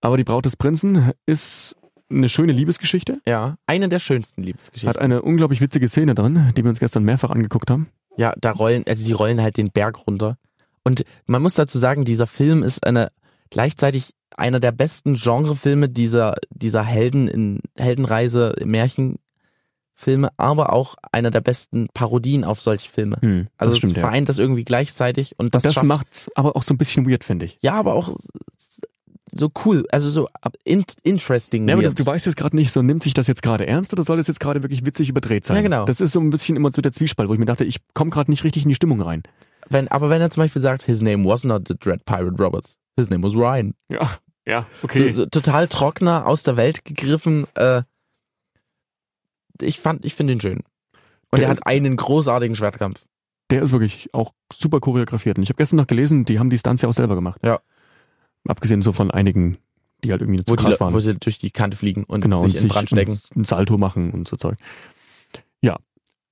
Aber die Braut des Prinzen ist eine schöne Liebesgeschichte.
Ja, eine der schönsten Liebesgeschichten.
Hat eine unglaublich witzige Szene drin, die wir uns gestern mehrfach angeguckt haben.
Ja, da rollen, also sie rollen halt den Berg runter. Und man muss dazu sagen, dieser Film ist eine gleichzeitig einer der besten Genrefilme dieser, dieser Helden in Heldenreise, Märchenfilme, aber auch einer der besten Parodien auf solche Filme. Also
das
es
stimmt, ja.
vereint das irgendwie gleichzeitig und das,
Das,
schafft,
macht's aber auch so ein bisschen weird, finde ich.
ja, aber auch s- s- so cool, also so in, interesting.
Ja, aber du,
weird.
du weißt jetzt gerade nicht so, nimmt sich das jetzt gerade ernst oder soll das jetzt gerade wirklich witzig überdreht sein?
Ja, genau.
Das ist so ein bisschen immer so der Zwiespalt, wo ich mir dachte, ich komme gerade nicht richtig in die Stimmung rein.
wenn, aber wenn er zum Beispiel sagt, his name was not the Dread Pirate Roberts, his name was Ryan.
Ja, ja,
So, so total trockener, aus der Welt gegriffen. Äh, ich fand, ich finde ihn schön. Und
Der
er
ist-
hat einen großartigen Schwertkampf.
Der ist wirklich auch super choreografiert. Und ich habe gestern noch gelesen, die haben die Stunts ja auch selber gemacht.
Ja.
Abgesehen so von einigen, die halt irgendwie zu
Wo die,
krass waren.
wo sie durch die Kante fliegen und
genau,
sich in Brand stecken.
und ein Salto machen und so Zeug. Ja,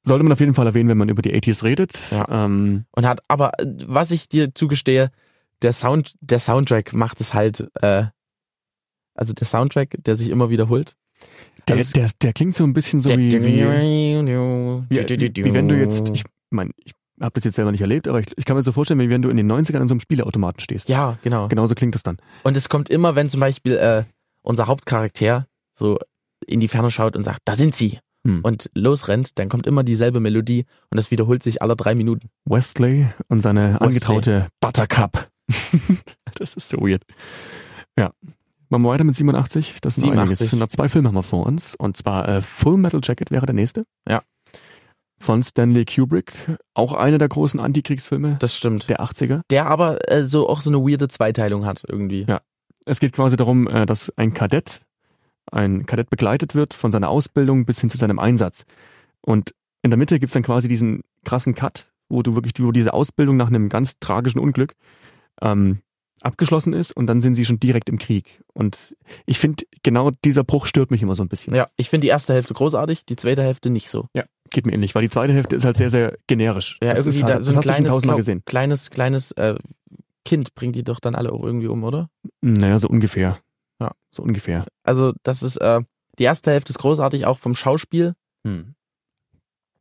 sollte man auf jeden Fall erwähnen, wenn man über die 80s redet.
Ja.
Ähm,
Und hat, aber äh, was ich dir zugestehe, der Sound, der Soundtrack macht es halt, äh, also der Soundtrack, der sich immer wiederholt.
der,
Also-
der, der klingt so ein bisschen so wie, wie Wie, wie, wie wenn du jetzt, ich meine, ich habe das jetzt selber nicht erlebt, aber ich, ich kann mir so vorstellen, wie wenn du in den 90ern an so einem Spieleautomaten stehst.
ja, genau.
Genauso klingt das dann.
Und es kommt immer, wenn zum Beispiel äh, unser Hauptcharakter so in die Ferne schaut und sagt, da sind sie.
Hm.
Und losrennt, dann kommt immer dieselbe Melodie und das wiederholt sich alle drei Minuten.
Wesley und seine angetraute Buttercup. das ist so weird. Ja. Machen wir weiter mit 87. Das ist noch
87.
einiges. Noch zwei Filme haben wir vor uns. Und zwar äh, Full Metal Jacket wäre der nächste.
Ja.
Von Stanley Kubrick. Auch einer der großen Antikriegsfilme
Das stimmt. Der,
der 80er.
aber äh, so auch so eine weirde Zweiteilung hat irgendwie.
Ja. Es geht quasi darum, äh, dass ein Kadett, ein Kadett begleitet wird von seiner Ausbildung bis hin zu seinem Einsatz. Und in der Mitte gibt's dann quasi diesen krassen Cut, wo du wirklich, wo diese Ausbildung nach einem ganz tragischen Unglück ähm, abgeschlossen ist und dann sind sie schon direkt im Krieg. Und ich finde, genau dieser Bruch stört mich immer so ein bisschen.
Ja, ich finde die erste Hälfte großartig, die zweite Hälfte nicht so.
Geht mir ähnlich, weil die zweite Hälfte ist halt sehr, sehr generisch.
Ja,
das
irgendwie
ist halt,
da, so
das hast
ein
du schon
kleines,
tausendmal
glaub,
gesehen.
kleines, kleines äh, Kind bringt die doch dann alle auch irgendwie um, oder?
Naja, so ungefähr.
Ja.
So ungefähr.
Also, das ist, äh, die erste Hälfte ist großartig, auch vom Schauspiel.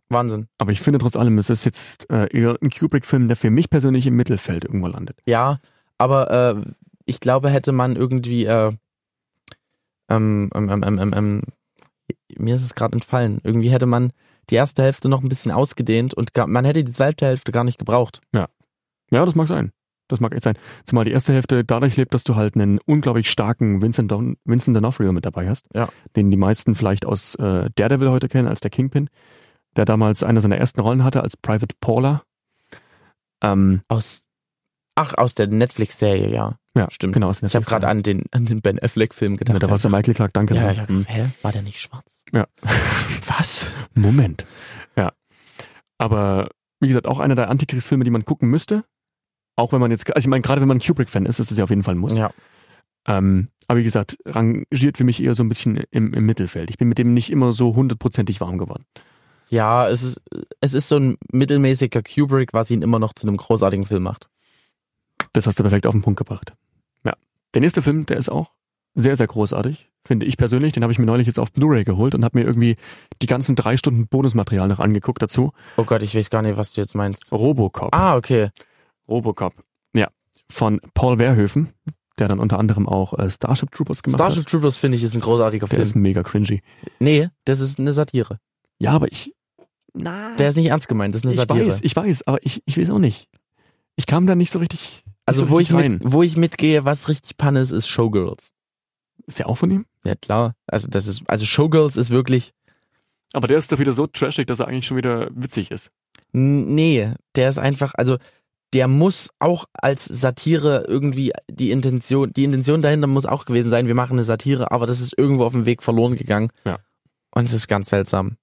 Wahnsinn.
Aber ich finde trotz allem, es ist jetzt äh, eher ein Kubrick-Film, der für mich persönlich im Mittelfeld irgendwo landet.
Ja, aber äh, ich glaube, hätte man irgendwie, äh, ähm, ähm, ähm, ähm, ähm, ähm, mir ist es gerade entfallen. Irgendwie hätte man die erste Hälfte noch ein bisschen ausgedehnt und gar, man hätte die zweite Hälfte gar nicht gebraucht.
Ja, das mag sein. Das mag echt sein. Zumal die erste Hälfte dadurch lebt, dass du halt einen unglaublich starken Vincent, Don Vincent D'Onofrio mit dabei hast.
Ja.
Den die meisten vielleicht aus äh, Daredevil heute kennen, als der Kingpin, der damals eine seiner ersten Rollen hatte als Private Paula. Ähm,
Aus, ach, aus der Netflix-Serie, ja.
ja,
Stimmt.
Genau, aus
Hm. Ich habe gerade an den, an den Ben Affleck-Film gedacht.
Ja, da war es der Michael Clark Duncan.
ja, ja,
Hm.
hä? War der nicht schwarz?
Ja.
Was?
Moment. Ja. Aber wie gesagt, auch einer der Antikriegsfilme, die man gucken müsste. Auch wenn man jetzt, also ich meine, gerade wenn man Kubrick-Fan ist, ist es ja auf jeden Fall ein Muss.
Ja.
Ähm, aber wie gesagt, rangiert für mich eher so ein bisschen im, im Mittelfeld. Ich bin mit dem nicht immer so hundertprozentig warm geworden.
Ja, es ist, es ist so ein mittelmäßiger Kubrick, was ihn immer noch zu einem großartigen Film macht.
Das hast du perfekt auf den Punkt gebracht. Ja. Der nächste Film, der ist auch sehr, sehr großartig, finde ich persönlich. Den habe ich mir neulich jetzt auf Blu-ray geholt und habe mir irgendwie die ganzen drei Stunden Bonusmaterial noch angeguckt dazu.
Oh Gott, ich weiß gar nicht, was du jetzt meinst.
Robocop.
Ah, okay.
Robocop. Ja. Von Paul Verhoeven, der dann unter anderem auch äh, Starship Troopers gemacht
Starship
hat.
Troopers finde ich ist ein großartiger
Der
Film.
ist mega cringy.
nee, das ist eine Satire.
Ja, aber ich. Na.
Der ist nicht ernst gemeint, das ist eine
ich
Satire.
weiß, ich weiß, aber ich, ich weiß auch nicht. Ich kam da nicht so richtig. nicht
also
so
wo ich,
richtig
mit, wo ich mitgehe, was richtig Panne ist, ist Showgirls.
Ist der auch von ihm?
Ja klar. Also das ist, also Showgirls ist wirklich.
Aber der ist doch wieder so trashig, dass er eigentlich schon wieder witzig ist.
N- Nee, der ist einfach, also der muss auch als Satire irgendwie die Intention, die Intention dahinter muss auch gewesen sein, wir machen eine Satire, aber das ist irgendwo auf dem Weg verloren gegangen.
Ja.
Und es ist ganz seltsam.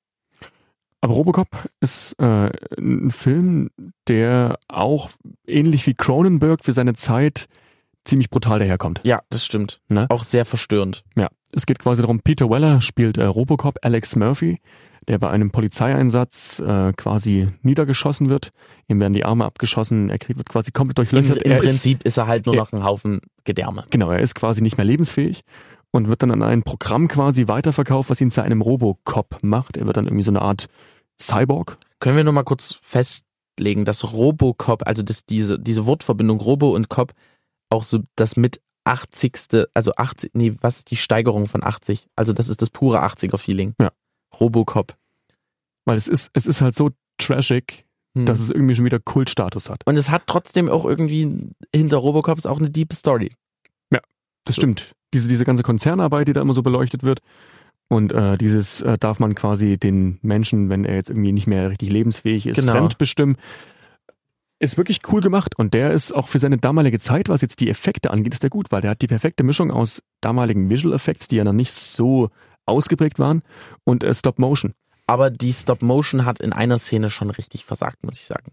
Aber Robocop ist äh, ein Film, der auch ähnlich wie Cronenberg für seine Zeit ziemlich brutal daherkommt.
Ja, das stimmt.
Ne?
Auch sehr verstörend.
Ja, es geht quasi darum, Peter Weller spielt äh, Robocop, Alex Murphy, der bei einem Polizeieinsatz äh, quasi niedergeschossen wird. Ihm werden die Arme abgeschossen, er kriegt, wird quasi komplett
Im,
durchlöchert.
im
er
Prinzip ist er halt nur
Ja.
noch ein Haufen Gedärme.
Ist, genau, er ist quasi nicht mehr lebensfähig und wird dann an ein Programm quasi weiterverkauft, was ihn zu einem Robocop macht. Er wird dann irgendwie so eine Art Cyborg.
Können wir nur mal kurz festlegen, dass Robocop, also das, diese, diese Wortverbindung Robo und Cop, auch so das mit 80. also 80, nee, was ist die Steigerung von 80? Also das ist das pure 80er-Feeling.
Ja.
Robocop.
Weil es ist, es ist halt so trashig,
Hm.
dass es irgendwie schon wieder Kultstatus hat.
Und es hat trotzdem auch irgendwie hinter Robocop ist auch eine deep Story.
Das stimmt. Diese, diese ganze Konzernarbeit, die da immer so beleuchtet wird. Und äh, dieses äh, darf man quasi den Menschen, wenn er jetzt irgendwie nicht mehr richtig lebensfähig ist,
Genau.
fremdbestimmen. Ist wirklich cool gemacht. Und der ist auch für seine damalige Zeit, was jetzt die Effekte angeht, ist der gut, weil der hat die perfekte Mischung aus damaligen Visual Effects, die ja noch nicht so ausgeprägt waren, und äh, Stop Motion.
Aber die Stop Motion hat in einer Szene schon richtig versagt, muss ich sagen.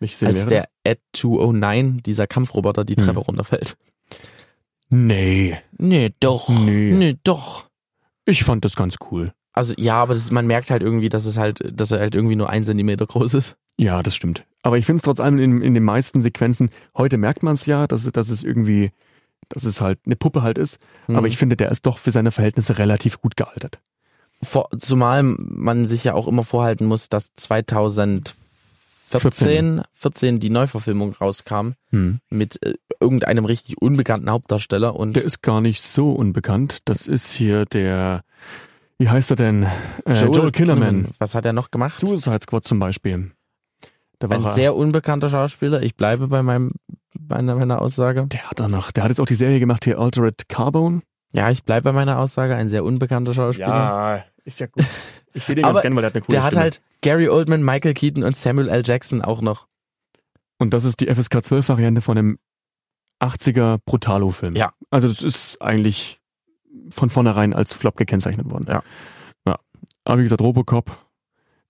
Nicht
Als der Ad 209, dieser Kampfroboter, die Treppe
Hm.
runterfällt.
Nee,
Nee, doch.
Nee.
Nee, doch.
ich fand das ganz cool.
Also ja, aber das ist, man merkt halt irgendwie, dass es halt, dass er halt irgendwie nur ein Zentimeter groß ist.
Ja, das stimmt. Aber ich finde es trotz allem in, in den meisten Sequenzen, heute merkt man es ja, dass, dass es irgendwie, dass es halt eine Puppe halt ist.
Mhm.
Aber ich finde, der ist doch für seine Verhältnisse relativ gut gealtert.
Vor, zumal man sich ja auch immer vorhalten muss, dass 2014 14.
14.
die Neuverfilmung rauskam mit äh, irgendeinem richtig unbekannten Hauptdarsteller und
Der ist gar nicht so unbekannt. Das ist hier der, wie heißt er denn? Äh, Joel, Kinnaman.
Was hat er noch gemacht?
Suicide Squad zum Beispiel. Da war
Ein
er,
sehr unbekannter Schauspieler. Ich bleibe bei meinem bei meiner- meiner Aussage.
der hat danach, der hat jetzt auch die Serie gemacht hier, Altered Carbone.
Ja, ich bleibe bei meiner Aussage. Ein sehr unbekannter Schauspieler.
ist ja gut. Ich sehe den
Aber
ganz gerne, weil der hat eine coole
der hat
Stimme.
halt Gary Oldman, Michael Keaton und Samuel L. Jackson auch noch.
Und das ist die FSK 12-Variante von einem 80er Brutalo-Film.
Ja.
Also das ist eigentlich von vornherein als Flop gekennzeichnet worden.
Ja.
ja. Aber wie gesagt, Robocop,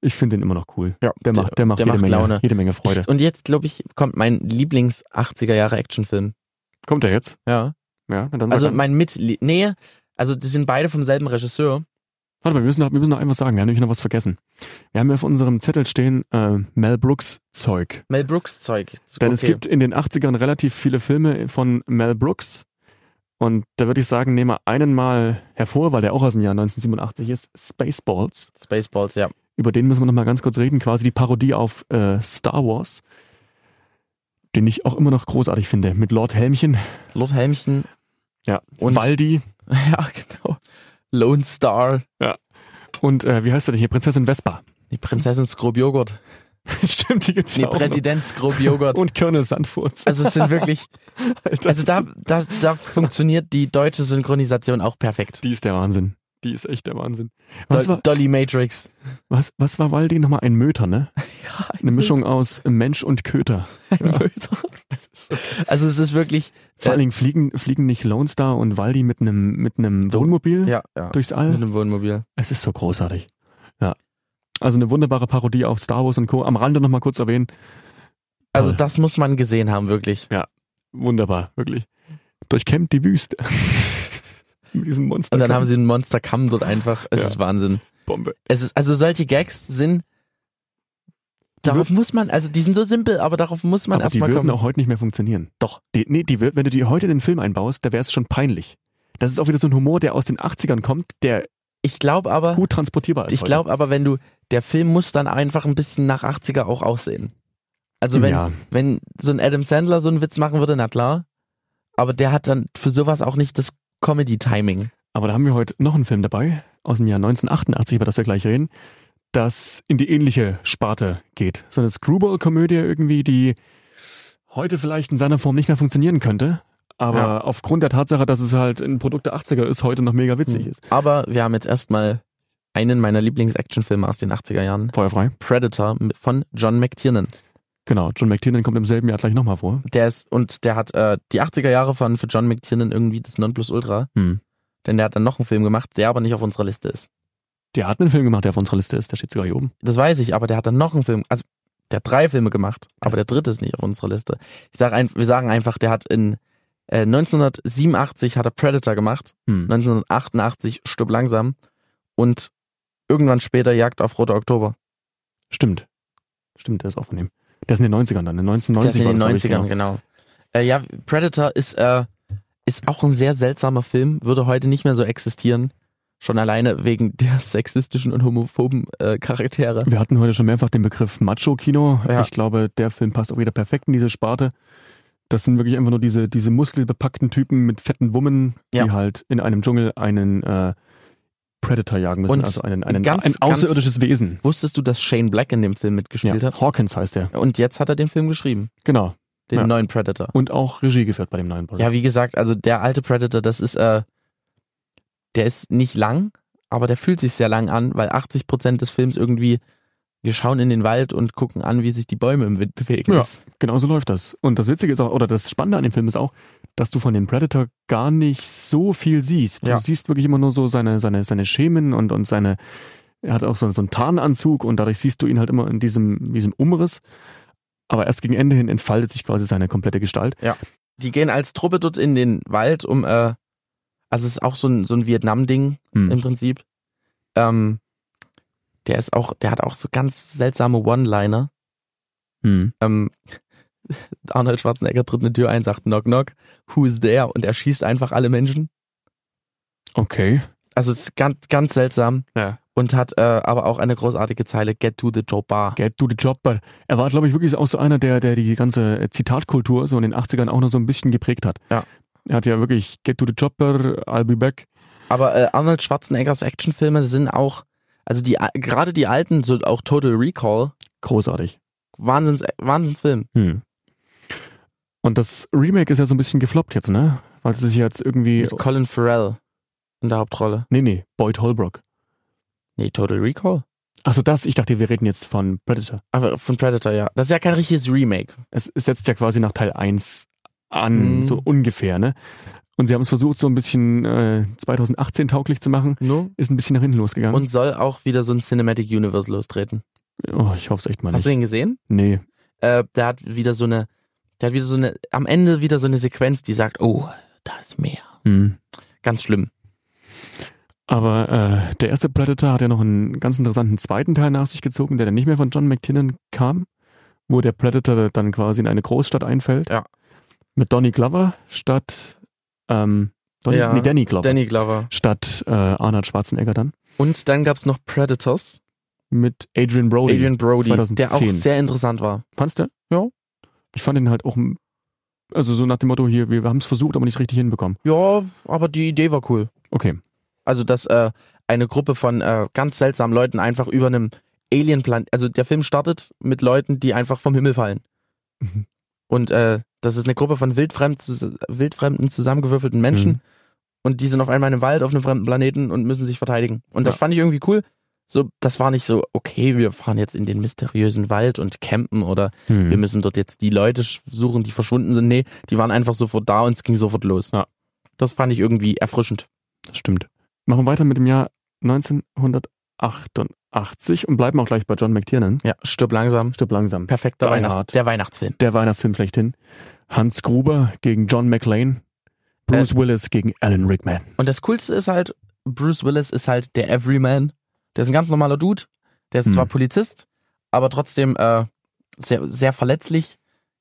ich finde den immer noch cool.
Ja,
Der macht, der macht, jede, Menge,
Laune.
jede Menge Freude.
Ich, und jetzt, glaube ich, kommt mein Lieblings 80er Jahre Actionfilm.
Kommt er jetzt?
Ja.
Ja, na dann sag
Also
an.
mein Mit nee, also die sind beide vom selben Regisseur.
Warte mal, wir müssen, noch, wir müssen noch einfach sagen, wir haben nämlich noch was vergessen. Wir haben ja auf unserem Zettel stehen äh, Mel Brooks Zeug.
Mel Brooks Zeug.
Denn es gibt in den 80ern relativ viele Filme von Mel Brooks. Und da würde ich sagen, nehmen wir einen mal hervor, weil der auch aus dem Jahr 1987 ist, Spaceballs.
Spaceballs, ja.
über den müssen wir nochmal ganz kurz reden, quasi die Parodie auf äh, Star Wars, den ich auch immer noch großartig finde, mit Lord Helmchen.
Lord Helmchen.
Ja. Und
Und-
Waldi
ja, genau. Lone Star.
und äh, wie heißt er denn hier? Prinzessin Vespa.
Die Prinzessin Skrobjoghurt.
Stimmt, die gibt's
Nee,
ja auch noch.
Präsident Skrobjoghurt.
Genau. Und Colonel Sandfurz.
Also es sind wirklich,
Alter,
also da,
das-
da, da funktioniert die deutsche Synchronisation auch perfekt.
die ist der Wahnsinn. Die ist echt der Wahnsinn. Was
Do
war,
Dolly Matrix.
was, was war Waldi nochmal? Ein Möter, ne? Eine Mischung aus Mensch und Köter. Ja.
Also es ist wirklich,
Vor
Äh.
allen Dingen fliegen, fliegen nicht Lone Star und Waldi mit einem mit einem
Du-
Wohnmobil
ja, Genau. ja. Mit
durchs All?
einem Wohnmobil.
Es ist so großartig. Ja. Also eine wunderbare Parodie auf Star Wars und Co. Am Rande nochmal kurz erwähnen.
Also
Toll.
das muss man gesehen haben, wirklich.
Wunderbar, wirklich. Durchkämmt die Wüste. Mit diesem Monster.
Und dann haben sie einen Monsterkamm dort einfach. Es
Ja.
ist Wahnsinn.
Bombe.
Es ist, also solche Gags sind, darauf muss man, also die sind so simpel, aber darauf muss man
Aber die
erstmal
würden
kommen.
auch heute nicht mehr funktionieren.
Doch.
Die, nee, die, wür- wenn du die heute in den Film einbaust, da wäre es schon peinlich. Das ist auch wieder so ein Humor, der aus den 80ern kommt, der
ich glaube aber,
gut transportierbar ist.
ich
heute.
glaube aber, wenn du, der Film muss dann einfach ein bisschen nach 80er auch aussehen. Also wenn,
Ja.
wenn so ein Adam Sandler so einen Witz machen würde, na klar. Aber der hat dann für sowas auch nicht das Comedy-Timing.
Aber da haben wir heute noch einen Film dabei, aus dem Jahr 1988, über das wir gleich reden, das in die ähnliche Sparte geht. So eine Screwball-Komödie irgendwie, die heute vielleicht in seiner Form nicht mehr funktionieren könnte, aber
Ja.
aufgrund der Tatsache, dass es halt ein Produkt der 80er ist, heute noch mega witzig ist.
Aber wir haben jetzt erstmal einen meiner Lieblings-Action-Filme aus den 80er Jahren.
Feuerfrei.
Predator mit- von John McTiernan.
Genau, John McTiernan kommt im selben Jahr gleich nochmal vor.
Der ist, und der hat äh, die 80er Jahre von für John McTiernan irgendwie das Nonplusultra. Denn der hat dann noch einen Film gemacht, der aber nicht auf unserer Liste ist.
Der hat einen Film gemacht, der auf unserer Liste ist, der steht sogar hier oben.
Das weiß ich, aber der hat dann noch einen Film, also der hat drei Filme gemacht, aber der dritte ist nicht auf unserer Liste. Ich sag ein, wir sagen einfach, der hat in äh, 1987 hat er Predator gemacht,
Hm.
1988 Stück langsam und irgendwann später Jagd auf Roter Oktober.
Stimmt. Stimmt, der ist auch von ihm. Der ist in den 90ern dann, in 1990 war
der
das,
ist in
glaub
den 90ern,
ich, genau.
genau. Äh, ja, Predator ist, äh, ist auch ein sehr seltsamer Film, würde heute nicht mehr so existieren. Schon alleine wegen der sexistischen und homophoben äh, Charaktere.
Wir hatten heute schon mehrfach den Begriff Macho-Kino.
Ja.
Ich glaube, der Film passt auch wieder perfekt in diese Sparte. Das sind wirklich einfach nur diese, diese muskelbepackten Typen mit fetten Wummen, die
Ja.
halt in einem Dschungel einen äh, Predator jagen müssen,
Und
also einen, einen,
ganz-
ein außerirdisches Wesen.
Wusstest du, dass Shane Black in dem Film
Ja.
mitgespielt hat?
Hawkins heißt der.
Und jetzt hat er den Film geschrieben,
Genau.
den
Ja.
neuen Predator.
Und auch Regie geführt bei dem neuen Projekt.
Ja, wie gesagt, also der alte Predator, das ist, äh, der ist nicht lang, aber der fühlt sich sehr lang an, weil 80 Prozent des Films irgendwie, wir schauen in den Wald und gucken an, wie sich die Bäume im Wind bewegen.
Ja.
Das-
Genau so läuft das. Und das Witzige ist auch, oder das Spannende an dem Film ist auch, dass du von dem Predator gar nicht so viel siehst.
Ja.
Du siehst wirklich immer nur so seine, seine, seine Schemen und, und seine, er hat auch so, so einen Tarnanzug und dadurch siehst du ihn halt immer in diesem, diesem Umriss. Aber erst gegen Ende hin entfaltet sich quasi seine komplette Gestalt.
Die gehen als Truppe dort in den Wald, um, äh, also es ist auch so ein, so ein Vietnam-Ding im Prinzip. Ähm, der ist auch, der hat auch so ganz seltsame One-Liner.
Hm.
ähm, Arnold Schwarzenegger tritt eine Tür ein, sagt Knock Knock, who is there? Und er schießt einfach alle Menschen.
Okay.
Also es ist ganz, ganz seltsam
Ja.
und hat äh, aber auch eine großartige Zeile, Get to the Joe Bar.
Get to the job, but er war, glaube ich, wirklich auch so einer, der, der die ganze Zitatkultur so in den 80ern auch noch so ein bisschen geprägt hat.
Ja.
Er hat ja wirklich Get to the Chopper, I'll be back.
Aber äh, Arnold Schwarzeneggers Actionfilme sind auch, also die a- gerade die alten, so auch Total Recall,
Großartig.
Wahnsinns, Wahnsinnsfilm.
Hm. Und das Remake ist ja so ein bisschen gefloppt jetzt, ne? Weil es sich jetzt irgendwie.
Mit Colin Farrell in der Hauptrolle.
Nee, nee, Boyd Holbrook.
Nee, Total Recall.
Achso, das, ich dachte, wir reden jetzt von Predator.
Aber von Predator, ja. Das ist ja kein richtiges Remake.
Es, es setzt ja quasi nach Teil 1 an,
Mhm.
so ungefähr, ne? Und sie haben es versucht, so ein bisschen äh, 2018 tauglich zu machen.
No?
Ist ein bisschen nach hinten losgegangen.
Und soll auch wieder so ein Cinematic Universe lostreten.
oh, ich hoffe es echt mal
Hast
nicht.
du den gesehen?
Nee.
äh, der hat wieder so eine, der hat wieder so eine, am Ende wieder so eine Sequenz, die sagt, oh, da ist mehr.
Hm.
Ganz schlimm.
Aber äh, der erste Predator hat ja noch einen ganz interessanten zweiten Teil nach sich gezogen, der dann nicht mehr von John McTinnan kam, wo der Predator dann quasi in eine Großstadt einfällt.
Ja.
Mit Donny Glover statt ähm, Donny,
Ja,
nee, Danny Glover.
Danny Glover.
Statt äh, Arnold Schwarzenegger dann.
Und dann gab es noch Predators.
Mit Adrian Brody.
Adrian Brody, der auch
2010.
sehr interessant war.
Fandst du?
Ja.
Ich fand ihn halt auch, m- also so nach dem Motto hier, wir haben es versucht, aber nicht richtig hinbekommen.
Ja, aber die Idee war cool.
Okay.
Also, dass äh, eine Gruppe von äh, ganz seltsamen Leuten einfach über einem Alien-Planet, also der Film startet mit Leuten, die einfach vom Himmel fallen.
Mhm.
Und äh, das ist eine Gruppe von wildfremd, zus- wildfremden, zusammengewürfelten Menschen.
Mhm.
Und die sind auf einmal im Wald auf einem fremden Planeten und müssen sich verteidigen. Und das
Ja.
fand ich irgendwie cool. So, das war nicht so, okay, wir fahren jetzt in den mysteriösen Wald und campen oder
Hm. Mhm.
wir müssen dort jetzt die Leute sch- suchen, die verschwunden sind. Nee, die waren einfach sofort da und es ging sofort los.
Ja.
Das fand ich irgendwie erfrischend.
Das stimmt. Machen wir weiter mit dem Jahr 1988 und bleiben auch gleich bei John McTiernan.
Ja, stirb langsam.
Stirb langsam.
Perfekter
Die
Weihnacht
Hard.
der Weihnachtsfilm.
Der Weihnachtsfilm schlechthin. Hans Gruber gegen John McLean. Bruce Willis gegen Alan Rickman.
Und das Coolste ist halt, Bruce Willis ist halt der Everyman. Der ist ein ganz normaler Dude. Der ist
Hm.
zwar Polizist, aber trotzdem äh, sehr, sehr verletzlich,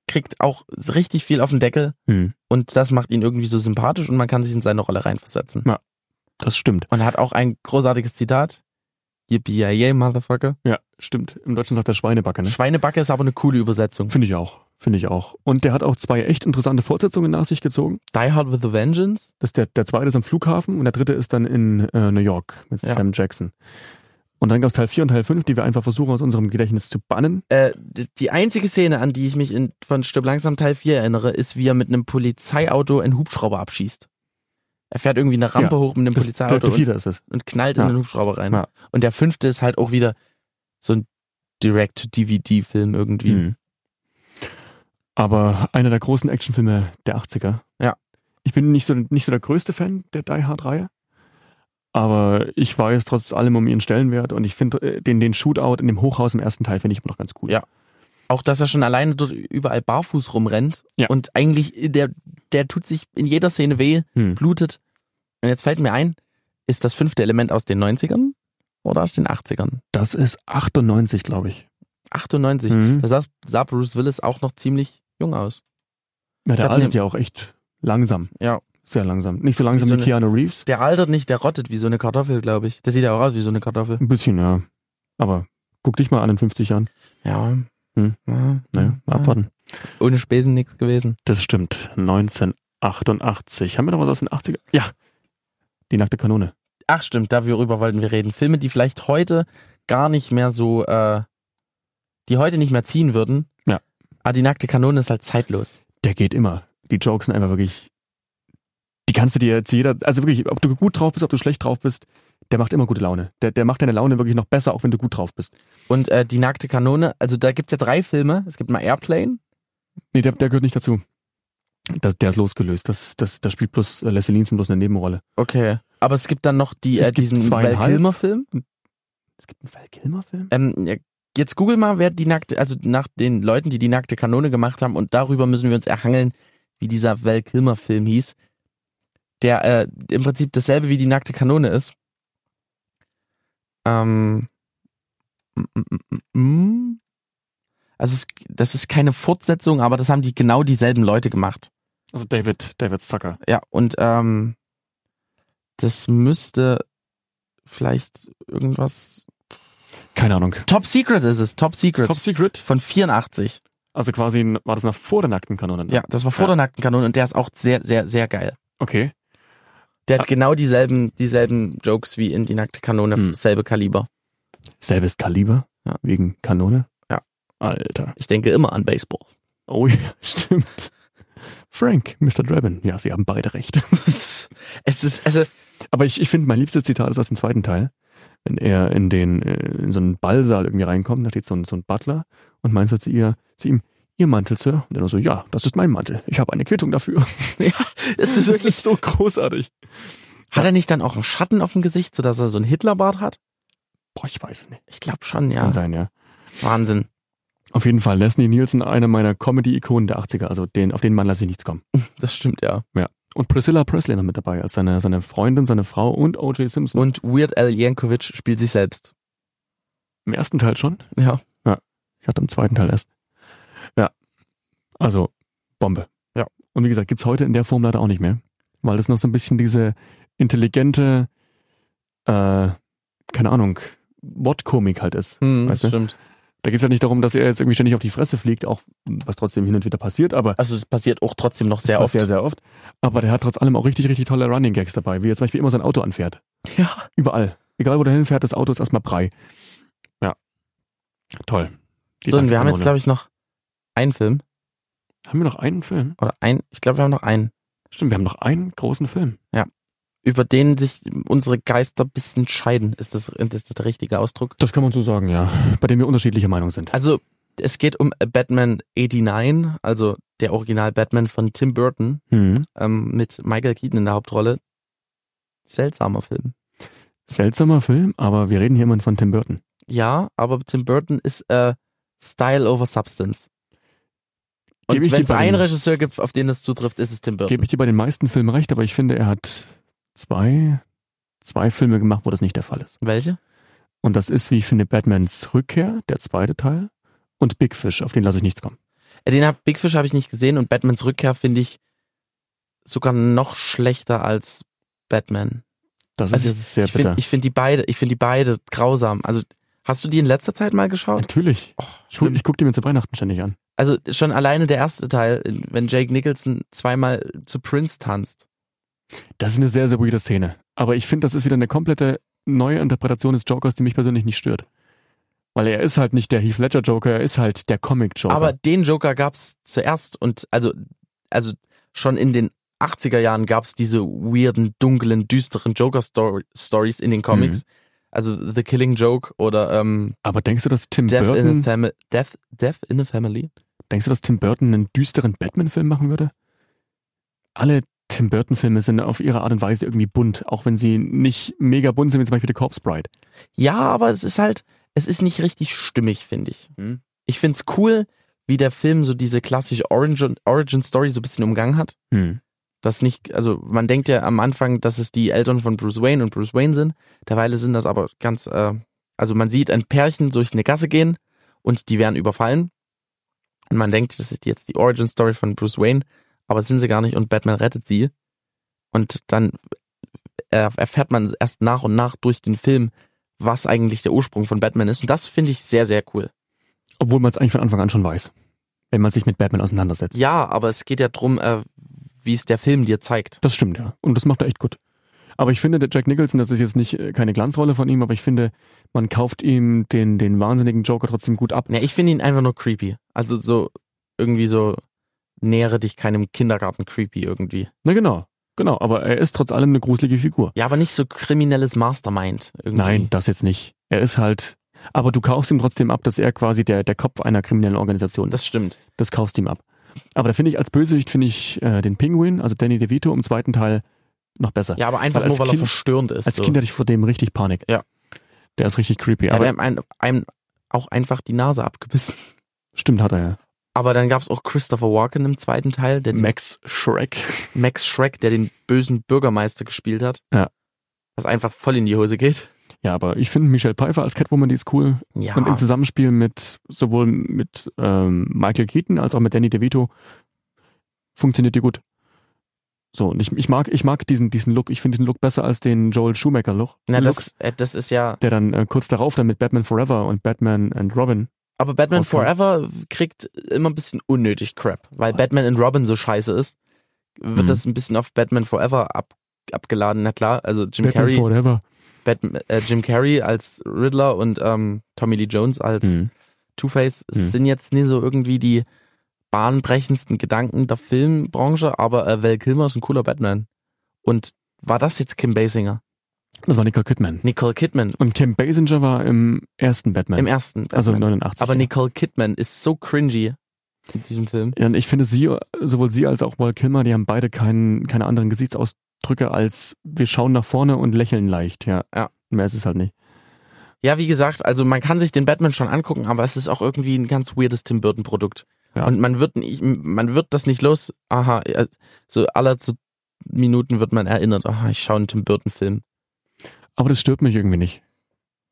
kriegt auch richtig viel auf den Deckel
Hm.
und das macht ihn irgendwie so sympathisch und man kann sich in seine Rolle reinversetzen.
Das stimmt.
Und er hat auch ein großartiges Zitat. Yippee-yay, Motherfucker.
Ja, stimmt. Im Deutschen sagt er Schweinebacke, ne?
Schweinebacke ist aber eine coole Übersetzung.
Finde ich auch. Finde ich auch. Und der hat auch zwei echt interessante Fortsetzungen nach sich gezogen.
Die Hard with a Vengeance.
Das ist der, der zweite ist am Flughafen und der dritte ist dann in äh, New York mit
Ja.
Sam Jackson. Und dann gab es Teil 4 und Teil 5, die wir einfach versuchen aus unserem Gedächtnis zu bannen.
Äh, die die einzige Szene, an die ich mich in, von Stück langsam Teil 4 erinnere, ist, wie er mit einem Polizeiauto einen Hubschrauber abschießt. Er fährt irgendwie eine Rampe
Ja,
hoch mit einem
Das, der,
Polizeiauto
der
und,
vierte ist es.
und knallt
Ja.
in den Hubschrauber rein.
Ja.
Und der fünfte ist halt auch wieder so ein Direct-to-DVD-Film irgendwie.
Mhm. Aber einer der großen Actionfilme der 80er.
Ja.
Ich bin nicht so, nicht so der größte Fan der Die Hard-Reihe. Aber ich weiß trotz allem um ihren Stellenwert und ich finde äh, den, den Shootout in dem Hochhaus im ersten Teil finde ich immer noch ganz cool.
Ja. Auch, dass er schon alleine dort überall barfuß rumrennt
Ja.
und eigentlich, der, der tut sich in jeder Szene weh,
Hm.
blutet. Und jetzt fällt mir ein, ist das fünfte Element aus den 90ern oder aus den 80ern?
Das ist 98, glaube ich.
98.
Mhm.
Da sah, sah Bruce Willis auch noch ziemlich jung aus.
Ja,
Ich hab
der altert
ne-
ja auch echt langsam.
Ja.
Sehr langsam. Nicht so langsam
Wie so
wie,
eine-
Keanu Reeves.
Der altert nicht, der rottet wie so eine Kartoffel, glaube ich. Der sieht ja auch aus wie so eine Kartoffel.
Ein bisschen, ja. Aber guck dich mal an in 50 Jahren.
Ja.
Hm.
Ja.
Naja, mal
Ja.
abwarten.
Ohne Spesen nichts gewesen.
Das stimmt. 1988. Haben wir noch was aus den 80er? Ja. Die nackte Kanone.
Ach stimmt, darüber wollten wir reden. Filme, die vielleicht heute gar nicht mehr so, äh, die heute nicht mehr ziehen würden.
Ja.
Aber die nackte Kanone ist halt zeitlos.
Der geht immer. Die Jokes sind einfach wirklich. Die kannst du dir jetzt jeder, also wirklich, ob du gut drauf bist, ob du schlecht drauf bist, der macht immer gute Laune. Der, der macht deine Laune wirklich noch besser, auch wenn du gut drauf bist.
Und äh, die nackte Kanone, also da gibt's ja drei Filme. Es gibt mal Airplane.
Nee, der, der gehört nicht dazu. Das, der ist losgelöst. Das, das, da spielt bloß äh, Leslie Nielsen bloß eine Nebenrolle.
Okay. Aber es gibt dann noch die,
Es
äh,
gibt
diesen Val
zweieinhalb.
Kilmer-Film.
Es gibt einen Val Kilmer-Film?
Ähm, ja, jetzt google mal, wer die nackte, also nach den Leuten, die die nackte Kanone gemacht haben, und darüber müssen wir uns erhangeln, wie dieser Val Kilmer-Film hieß, der äh, im Prinzip dasselbe wie die nackte Kanone ist. Ähm, m- m- m- m. also es, das ist keine Fortsetzung, aber das haben die genau dieselben Leute gemacht.
Also David, David Zucker.
Ja, und ähm, das müsste vielleicht irgendwas.
Keine Ahnung.
Top Secret ist es, Top Secret.
Top Secret?
von 84.
Also quasi ein- war das noch vor der nackten Kanone. ne?
Ja, das war vor
Ja.
der nackten Kanone und der ist auch sehr, sehr, sehr geil.
Okay.
Der hat
Ah.
genau dieselben, dieselben Jokes wie in die nackte Kanone,
Hm.
selbe Kaliber.
Selbes Kaliber
Ja.
wegen Kanone.
Ja.
Alter.
Ich denke immer an Baseball.
Oh ja, stimmt. Frank, Mr. Drabin. Ja, sie haben beide recht.
es ist, also,
Aber ich, ich finde, mein liebstes Zitat ist aus dem zweiten Teil. Wenn er in den, äh, in so einen Ballsaal irgendwie reinkommt, da steht so ein, so ein Butler und meint so zu ihr, zu ihm, ihr Mantel, Sir? Und er nur so, ja, das ist mein Mantel. Ich habe eine Quittung dafür.
es ist wirklich.
so großartig.
Hat er nicht dann auch einen Schatten auf dem Gesicht, sodass er so einen Hitlerbart hat?
Boah, ich weiß es nicht.
Ich glaube schon,
Das
ja.
kann sein, ja.
Wahnsinn.
Auf jeden Fall, Leslie Nielsen, einer meiner Comedy-Ikonen der 80er. Also den, auf den Mann lasse ich nichts kommen.
Das stimmt, ja.
Und Priscilla Presley noch mit dabei, als seine, seine Freundin, seine Frau und O.J. Simpson.
Und Weird Al Yankovic spielt sich selbst.
Im ersten Teil schon?
Ja.
Ich hatte im zweiten Teil erst. Ja. Also, Bombe.
Ja.
Und wie gesagt, gibt's heute in der Form leider auch nicht mehr. Weil das noch so ein bisschen diese intelligente, äh, keine Ahnung, Wortkomik halt ist.
Hm, das
Weißt du?
stimmt.
Da geht's ja nicht darum, dass er jetzt irgendwie ständig auf die Fresse fliegt, auch was trotzdem hin und wieder passiert, aber
Also es passiert auch trotzdem noch sehr
das
oft.
sehr, sehr oft. Aber der hat trotz allem auch richtig, richtig tolle Running Gags dabei, wie er zum Beispiel immer sein Auto anfährt.
Ja.
Überall. Egal wo der hinfährt, das Auto ist erstmal brei. Ja. Toll. Die
so, und wir haben jetzt,
Dampfkanone.
glaube ich, noch einen Film.
haben wir noch einen Film?
Oder ein, ich glaube, wir haben noch einen,
Stimmt, wir haben noch einen großen Film.
über den sich unsere Geister ein bisschen scheiden. Ist das, ist das der richtige Ausdruck?
Das kann man so sagen, ja. Bei dem wir unterschiedlicher Meinung sind.
Also, es geht um Batman 89, also der Original Batman von Tim Burton.
Mhm.
ähm, mit Michael Keaton in der Hauptrolle. Seltsamer Film.
Seltsamer Film, aber wir reden hier immer von Tim Burton.
Ja, aber Tim Burton ist äh, Style over Substance.
Gebe ich dir
Und wenn es
bei
einen
den-
Regisseur gibt, auf den es zutrifft, ist es Tim
Gebe
Burton.
ich dir bei den meisten Filmen recht, aber ich finde, er hat zwei, zwei Filme gemacht, wo das nicht der Fall ist.
Welche?
Und das ist, wie ich finde, Batmans Rückkehr, der zweite Teil, und Big Fish, auf den lasse ich nichts kommen.
Äh, Den hab, Big Fish habe ich nicht gesehen und Batmans Rückkehr finde ich sogar noch schlechter als Batman.
Das
Also
ist jetzt sehr
ich finde
bitter.
find die beide, ich finde die beide grausam. Also hast du die in letzter Zeit mal geschaut?
Natürlich.
Oh,
Ich, guck- ich gucke die mir zu Weihnachten ständig an.
Also schon alleine der erste Teil, wenn Jake Nicholson zweimal zu Prince tanzt.
Das ist eine sehr, sehr weirde Szene. Aber ich finde, das ist wieder eine komplette neue Interpretation des Jokers, die mich persönlich nicht stört. Weil er ist halt nicht der Heath Ledger Joker, er ist halt der Comic Joker.
Aber den Joker gab's zuerst und also, also schon in den 80er Jahren gab's diese weirden, dunklen, düsteren Joker-Stories in den Comics. Also The Killing Joke oder ähm,
Aber denkst du, dass Tim
Death, in a
Burton,
Fami- Death, Death in a Family.
denkst du, dass Tim Burton einen düsteren Batman-Film machen würde? Alle Tim Burton-Filme sind auf ihre Art und Weise irgendwie bunt, auch wenn sie nicht mega bunt sind, wie zum Beispiel der Corpse Bride.
Ja, aber es ist halt, es ist nicht richtig stimmig, finde ich. Ich find's cool, wie der Film so diese klassische Origin- Origin-Story so ein bisschen umgangen hat. das nicht, also man denkt ja am Anfang, dass es die Eltern von Bruce Wayne und Bruce Wayne sind. Derweil sind das aber ganz, äh, also man sieht ein Pärchen durch eine Gasse gehen und die werden überfallen. Und man denkt, das ist jetzt die Origin Story von Bruce Wayne, aber es sind sie gar nicht und Batman rettet sie. Und dann äh, erfährt man erst nach und nach durch den Film, was eigentlich der Ursprung von Batman ist. Und das finde ich sehr, sehr cool.
Obwohl man es eigentlich von Anfang an schon weiß, wenn man sich mit Batman auseinandersetzt.
Ja, aber es geht ja drum, äh, wie es der Film dir zeigt.
Das stimmt, ja. Und das macht er echt gut. Aber ich finde, der Jack Nicholson, das ist jetzt nicht äh, keine Glanzrolle von ihm, aber ich finde, man kauft ihm den, den wahnsinnigen Joker trotzdem gut ab.
Ja, ich finde ihn einfach nur creepy. Also so irgendwie so nähere dich keinem Kindergarten creepy irgendwie.
Na genau, genau. Aber er ist trotz allem eine gruselige Figur.
Ja, aber nicht so kriminelles Mastermind irgendwie.
Nein, das jetzt nicht. Er ist halt. Aber du kaufst ihm trotzdem ab, dass er quasi der, der Kopf einer kriminellen Organisation ist.
Das stimmt.
Das kaufst ihm ab. Aber da finde ich als Bösewicht finde ich äh, den Penguin, also Danny DeVito, im zweiten Teil noch besser.
Ja, aber einfach
Weil als
nur, weil er
Kind-
verstörend ist.
als
so.
Kind hatte ich vor dem richtig Panik.
Ja.
Der ist richtig creepy.
ja,
aber
der hat einem, einem auch einfach die Nase abgebissen.
stimmt hat er ja.
Aber dann gab's auch Christopher Walken im zweiten Teil, der den
Max Shrek.
Max Schreck, der den bösen Bürgermeister gespielt hat.
Ja.
Was einfach voll in die Hose geht.
Ja, aber ich finde Michelle Pfeiffer als Catwoman, die ist cool.
Ja.
Und im Zusammenspiel mit sowohl mit ähm, Michael Keaton als auch mit Danny DeVito funktioniert die gut. So, und ich, ich mag, ich mag diesen, diesen Look. Ich finde diesen Look besser als den Joel Schumacher-Look,
Na,
Look,
das, äh, das ist ja.
der dann äh, kurz darauf dann mit Batman Forever und Batman and Robin.
Aber Batman
Auskam.
Forever kriegt immer ein bisschen unnötig Crap, weil Batman and Robin so scheiße ist. Wird
Mhm.
das ein bisschen auf Batman Forever ab, abgeladen? Na klar, also Jim
Batman
Carrey,
Forever.
Batman, äh, Jim Carrey als Riddler und ähm, Tommy Lee Jones als Two Face
Mhm.
sind jetzt nicht so irgendwie die bahnbrechendsten Gedanken der Filmbranche, aber äh, Val Kilmer ist ein cooler Batman. Und war das jetzt Kim Basinger?
Das war Nicole Kidman.
Nicole Kidman
Und Kim Basinger war im ersten Batman.
im ersten. Batman.
also 89.
aber
ja.
Nicole Kidman ist so cringy in diesem Film.
Ja, und ich finde sie, sowohl sie als auch Walt Kilmer, die haben beide keinen, keine anderen Gesichtsausdrücke als wir schauen nach vorne und lächeln leicht, ja.
Ja.
Mehr ist es halt nicht.
Ja, wie gesagt, also man kann sich den Batman schon angucken, aber es ist auch irgendwie ein ganz weirdes Tim Burton Produkt.
Ja.
Und man wird nicht, man wird das nicht los. Aha, ja, äh, so aller zu Minuten wird man erinnert, ah, ich schaue einen Tim Burton-Film.
Aber das stört mich irgendwie nicht.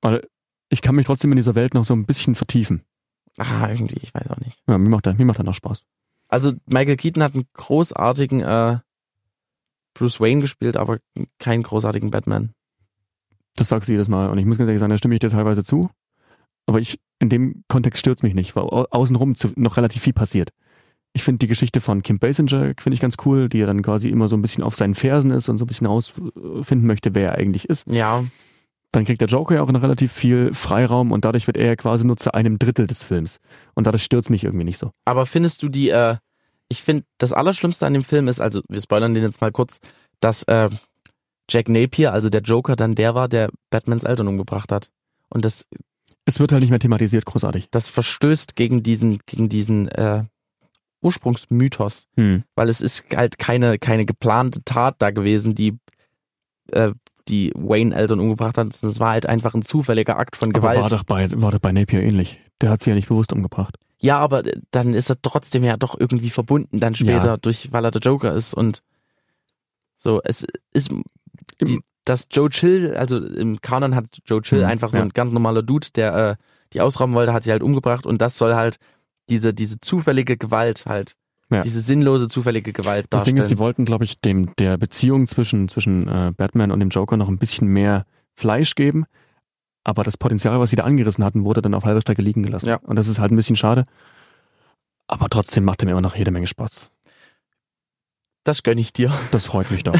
Weil ich kann mich trotzdem in dieser Welt noch so ein bisschen vertiefen.
Ah, irgendwie, ich weiß auch nicht.
Ja, mir macht das, mir macht das noch Spaß.
Also Michael Keaton hat einen großartigen äh, Bruce Wayne gespielt, aber keinen großartigen Batman.
Das sagst du jedes Mal. Und ich muss ganz ehrlich sagen, da stimme ich dir teilweise zu. Aber ich, in dem Kontext stört es mich nicht, weil au- außenrum zu, noch relativ viel passiert. Ich finde die Geschichte von Kim Basinger, finde ich ganz cool, die ja dann quasi immer so ein bisschen auf seinen Fersen ist und so ein bisschen herausfinden möchte, wer er eigentlich ist.
Ja,
Dann kriegt der Joker ja auch noch relativ viel Freiraum und dadurch wird er ja quasi nur zu einem Drittel des Films. Und dadurch stört es mich irgendwie nicht so.
aber findest du die, äh, ich finde, das Allerschlimmste an dem Film ist, also wir spoilern den jetzt mal kurz, dass äh, Jack Napier, also der Joker, dann der war, der Batmans Eltern umgebracht hat. Und das
Es wird halt nicht mehr thematisiert, großartig.
das verstößt gegen diesen, gegen diesen äh, Ursprungsmythos,
Hm.
weil es ist halt keine, keine geplante Tat da gewesen, die äh, die Wayne-Eltern umgebracht hat. Es war halt einfach ein zufälliger Akt von
Aber
Gewalt.
war doch, bei, war doch bei Napier ähnlich. Der hat sie ja nicht bewusst umgebracht.
ja, aber äh, dann ist er trotzdem ja doch irgendwie verbunden dann später,
Ja.
durch, weil er der Joker ist und so, es ist die,
Im-
dass Joe Chill, also im Kanon hat Joe Chill
Mhm,
einfach so
ja.
ein ganz normaler Dude, der äh, die ausrauben wollte, hat sie halt umgebracht und das soll halt diese, diese zufällige Gewalt halt,
Ja.
diese sinnlose zufällige Gewalt
Das Ding
darstellen.
ist, sie wollten, glaube ich, dem der Beziehung zwischen, zwischen äh, Batman und dem Joker noch ein bisschen mehr Fleisch geben. Aber das Potenzial, was sie da angerissen hatten, wurde dann auf halber Strecke liegen gelassen.
Ja.
Und das ist halt ein bisschen schade. Aber trotzdem macht er mir immer noch jede Menge Spaß.
das gönne ich dir.
Das freut mich doch.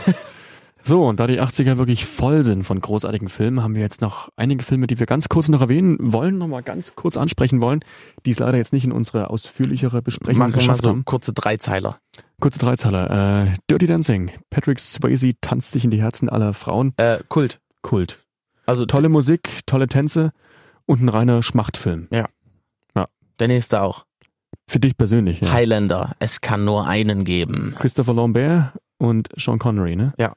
so, und da die 80er wirklich voll sind von großartigen Filmen, haben wir jetzt noch einige Filme, die wir ganz kurz noch erwähnen wollen, nochmal ganz kurz ansprechen wollen, die es leider jetzt nicht in unsere ausführlichere Besprechung
Machen wir mal
geschafft
so
haben.
kurze Dreizeiler.
Kurze Dreizeiler. Äh, Dirty Dancing. Patrick Swayze tanzt sich in die Herzen aller Frauen.
Äh, Kult.
Kult.
Also
Tolle Musik, tolle Tänze und ein reiner Schmachtfilm.
der nächste auch.
Für dich persönlich, ja.
Highlander. Es kann nur einen geben.
Christopher Lambert und Sean Connery, ne?
Ja.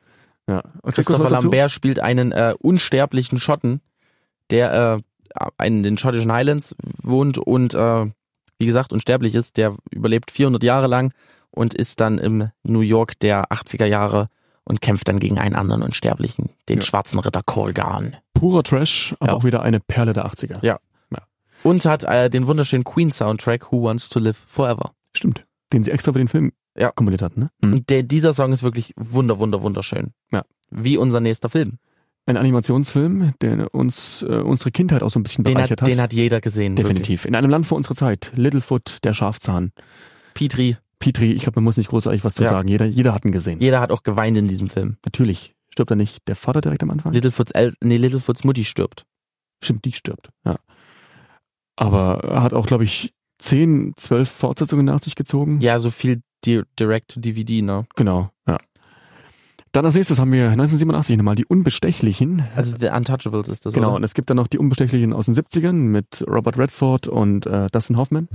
ja. Und
Christopher Lambert spielt einen äh, unsterblichen Schotten, der äh, in den schottischen Highlands wohnt und äh, wie gesagt unsterblich ist. Der überlebt 400 Jahre lang und ist dann im New York der 80er Jahre und kämpft dann gegen einen anderen Unsterblichen, den
Ja.
schwarzen Ritter Colgan.
Purer Trash, aber
Ja.
auch wieder eine Perle der 80er.
Ja. Und hat äh, den wunderschönen Queen-Soundtrack Who Wants to Live Forever.
Stimmt. Den sie extra für den Film
Ja.
komponiert hat, ne? Mhm.
Und der, dieser Song ist wirklich wunder, wunder, wunderschön.
Ja.
Wie unser nächster Film.
Ein Animationsfilm, der uns äh, unsere Kindheit auch so ein bisschen
Den
bereichert
hat,
hat.
den hat jeder gesehen. Wirklich.
Definitiv. In einem Land vor unserer Zeit. Littlefoot, der Schafzahn.
Petri.
Petri, ich glaube, man muss nicht großartig was zu
Ja.
sagen. Jeder, jeder hat ihn gesehen.
Jeder hat auch geweint in diesem Film.
Natürlich. Stirbt er nicht der Vater direkt am Anfang?
Littlefoots, El nee, Littlefoots Mutti stirbt.
Stimmt, die stirbt. Ja. Aber er hat auch, glaube ich, 10, 12 Fortsetzungen nach sich gezogen.
Ja, so viel Di Direct-to-DVD, ne?
Genau. Ja. Dann als nächstes haben wir 1987 nochmal die Unbestechlichen.
Also The Untouchables ist das,
genau,
oder?
und es gibt dann noch die Unbestechlichen aus den 70ern mit Robert Redford und äh, Dustin Hoffman.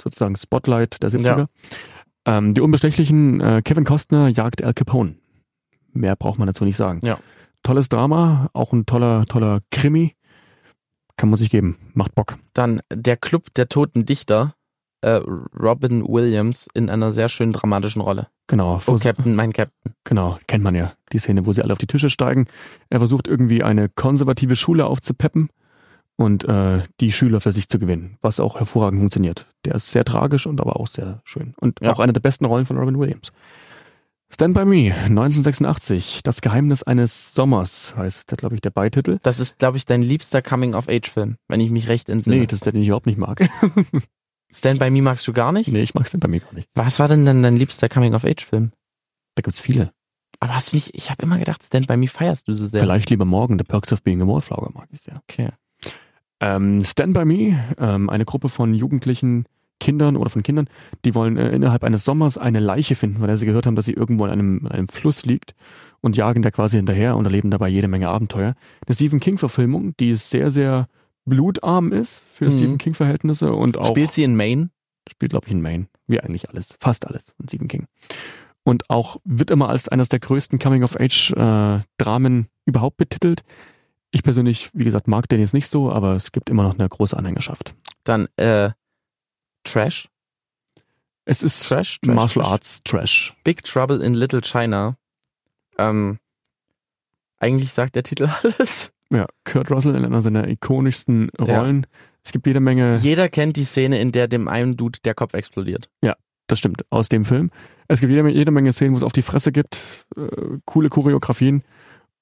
Sozusagen Spotlight der 70er. Ähm, die Unbestechlichen, äh, Kevin Costner jagt Al Capone. Mehr braucht man dazu nicht sagen.
Ja.
Tolles Drama, auch ein toller, toller Krimi. Kann man sich geben. Macht Bock.
Dann der Club der toten Dichter, äh, Robin Williams in einer sehr schönen dramatischen Rolle.
Genau.
Oh,
Vers-
Captain, mein Captain.
Genau, kennt man ja. Die Szene, wo sie alle auf die Tische steigen. Er versucht irgendwie eine konservative Schule aufzupeppen und äh, die Schüler für sich zu gewinnen, was auch hervorragend funktioniert. Der ist sehr tragisch und aber auch sehr schön. Und
Ja.
auch eine der besten Rollen von Robin Williams. Stand by Me, 1986. Das Geheimnis eines Sommers heißt, der glaube ich, der Beititel.
Das ist, glaube ich, dein liebster Coming-of-Age-Film, wenn ich mich recht entsinne.
Nee, das ist der, den ich überhaupt nicht mag.
Stand By Me magst du gar nicht?
nee, ich mag Stand by Me gar nicht.
Was war denn dann dein liebster Coming-of-Age-Film?
Da gibt's viele.
Aber hast du nicht, ich habe immer gedacht, Stand By Me feierst du so sehr.
Vielleicht lieber morgen, The Perks of Being a Wallflower mag ich sehr.
Okay.
Ähm, Stand by Me, ähm, eine Gruppe von Jugendlichen, Kindern oder von Kindern, die wollen äh, innerhalb eines Sommers eine Leiche finden, weil sie gehört haben, dass sie irgendwo in einem, in einem Fluss liegt und jagen da quasi hinterher und erleben dabei jede Menge Abenteuer. Eine Stephen King-Verfilmung, die sehr, sehr blutarm ist für
Mhm.
Stephen King-Verhältnisse und auch
Spielt sie in Maine?
spielt, glaube ich, in Maine. Wie eigentlich alles. Fast alles von Stephen King. Und auch wird immer als eines der größten Coming-of-Age-Dramen überhaupt betitelt. Ich persönlich, wie gesagt, mag den jetzt nicht so, aber es gibt immer noch eine große Anhängerschaft.
Dann, äh, Trash?
Es ist
Trash? Trash
Martial
Trash.
Arts Trash.
Big Trouble in Little China. Ähm, eigentlich sagt der Titel alles.
Ja, Kurt Russell in einer seiner ikonischsten Rollen. Es gibt jede Menge.
Jeder kennt die Szene, in der dem einen Dude der Kopf explodiert.
Das stimmt, aus dem Film. Es gibt jede, jede Menge Szenen, wo es auf die Fresse gibt, äh, coole Choreografien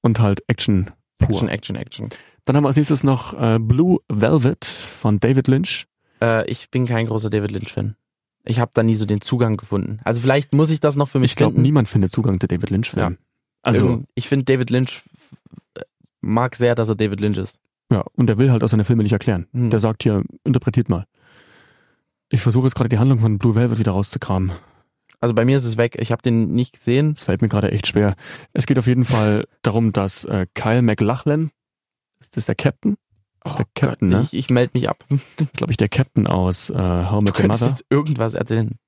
und halt Action pur.
Action, Action, Action.
Dann haben wir als nächstes noch äh, Blue Velvet von David Lynch.
Äh, ich bin kein großer David Lynch-Fan. Ich habe da nie so den Zugang gefunden. Also vielleicht muss ich das noch für mich
Ich glaube,
finden.
niemand findet Zugang zu David Lynch-Filmen. Also,
Irgend- ich finde David Lynch äh, mag sehr, dass er David Lynch ist.
ja, und der will halt aus seine Filme nicht erklären.
Hm.
Der sagt hier, interpretiert mal. Ich versuche jetzt gerade die Handlung von Blue Velvet wieder rauszukramen.
Also bei mir ist es weg. Ich habe den nicht gesehen.
Es fällt mir gerade echt schwer. Es geht auf jeden Fall darum, dass äh, Kyle McLachlan, ist das der Captain?
Oh
Ist der Captain, ne?
Ich, ich melde mich ab.
Das ist, glaube ich, der Captain aus äh, How I
Du
Met Your
könntest
Mother.
jetzt irgendwas erzählen.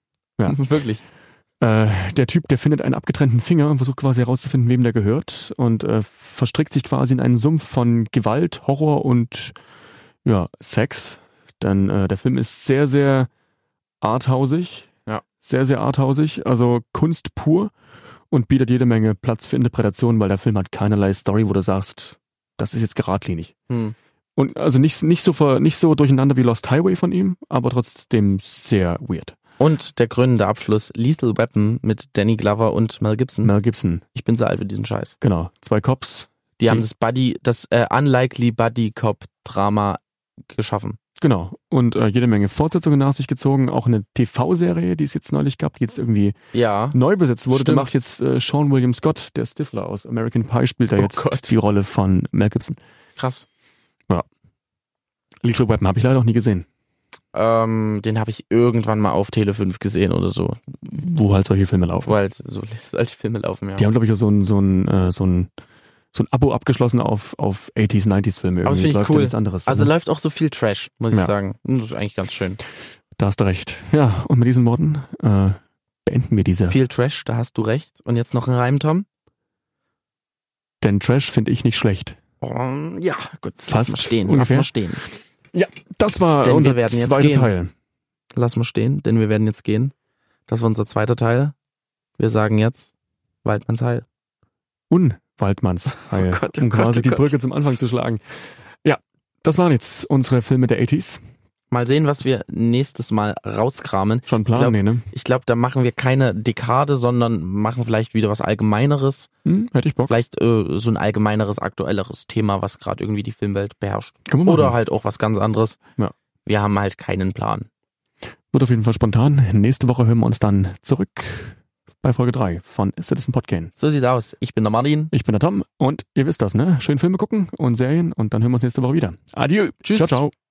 Ja.
Wirklich.
Äh, der Typ, der findet einen abgetrennten Finger und versucht quasi herauszufinden, wem der gehört und äh, verstrickt sich quasi in einen Sumpf von Gewalt, Horror und ja, Sex. Denn äh, der Film ist sehr, sehr arthausig.
Ja.
Sehr, sehr arthausig, also Kunst pur und bietet jede Menge Platz für Interpretationen, weil der Film hat keinerlei Story, wo du sagst, das ist jetzt geradlinig.
Hm.
Und also nicht, nicht, so, ver, nicht so durcheinander wie Lost Highway von ihm, aber trotzdem sehr weird.
Und der krönende Abschluss Lethal Weapon mit Danny Glover und Mel Gibson.
Mel Gibson,
Ich bin so alt für diesen Scheiß.
genau. Zwei Cops,
Die haben
Die-
das Buddy, das äh, Unlikely Buddy Cop Drama geschaffen.
Genau. Und äh, jede Menge Fortsetzungen nach sich gezogen. Auch eine TV-Serie, die es jetzt neulich gab, die jetzt irgendwie
Ja.
neu besetzt wurde.
Stimmt.
Die macht jetzt äh, Sean William Scott, der Stifler aus American Pie, spielt da
Oh
jetzt
Gott.
die Rolle von Mel Gibson.
Krass.
Lethal Weapon habe ich leider noch nie gesehen,
Ähm, den habe ich irgendwann mal auf Tele 5 gesehen oder so.
wo halt solche Filme laufen.
Wo halt so alte Filme laufen, ja.
Die haben, glaube ich, auch so ein, so ein, äh, so ein, so ein Abo abgeschlossen auf, auf 80s, 90s Filme.
Aber das
Irgendwie
finde ich
läuft
cool.
ja nichts anderes.
Also
ne?
läuft auch so viel Trash, muss ich
Ja.
sagen. Das ist eigentlich ganz schön.
da hast du recht. Ja, und mit diesen Worten äh, beenden wir diese.
Viel Trash, da hast du recht. Und jetzt noch ein Reim, Tom?
Denn Trash finde ich nicht schlecht.
Um, ja, gut. Lass
Fast
mal stehen.
ungefähr.
Lass mal stehen.
Das war
Denn wir
unser
werden jetzt
zweiter
gehen.
Teil.
Lass mal stehen, denn wir werden jetzt gehen. Das war unser zweiter Teil. Wir sagen jetzt Waldmanns Heil.
Unwaldmanns Heil,
Oh Gott, oh
um
Gott,
quasi
oh
die
Gott.
Brücke zum Anfang zu schlagen. Ja, das waren jetzt unsere Filme der 80s.
Mal sehen, was wir nächstes Mal rauskramen.
Schon Plan,
Ich glaub-
nee, ne?
Ich glaube, da machen wir keine Dekade, sondern machen vielleicht wieder was Allgemeineres.
Hm, hätte ich Bock.
Vielleicht äh, so ein allgemeineres, aktuelleres Thema, was gerade irgendwie die Filmwelt beherrscht.
Können wir
Oder
machen.
halt auch was ganz anderes.
Genau. Ja.
Wir haben halt keinen Plan.
Wird auf jeden Fall spontan. Nächste Woche hören wir uns dann zurück bei Folge 3 von Citizen Podgame.
So sieht's aus. Ich bin der Martin.
Ich bin der Tom und ihr wisst das, ne? Schön Filme gucken und Serien und dann hören wir uns nächste Woche wieder. Adieu.
Tschüss.
Ciao, ciao.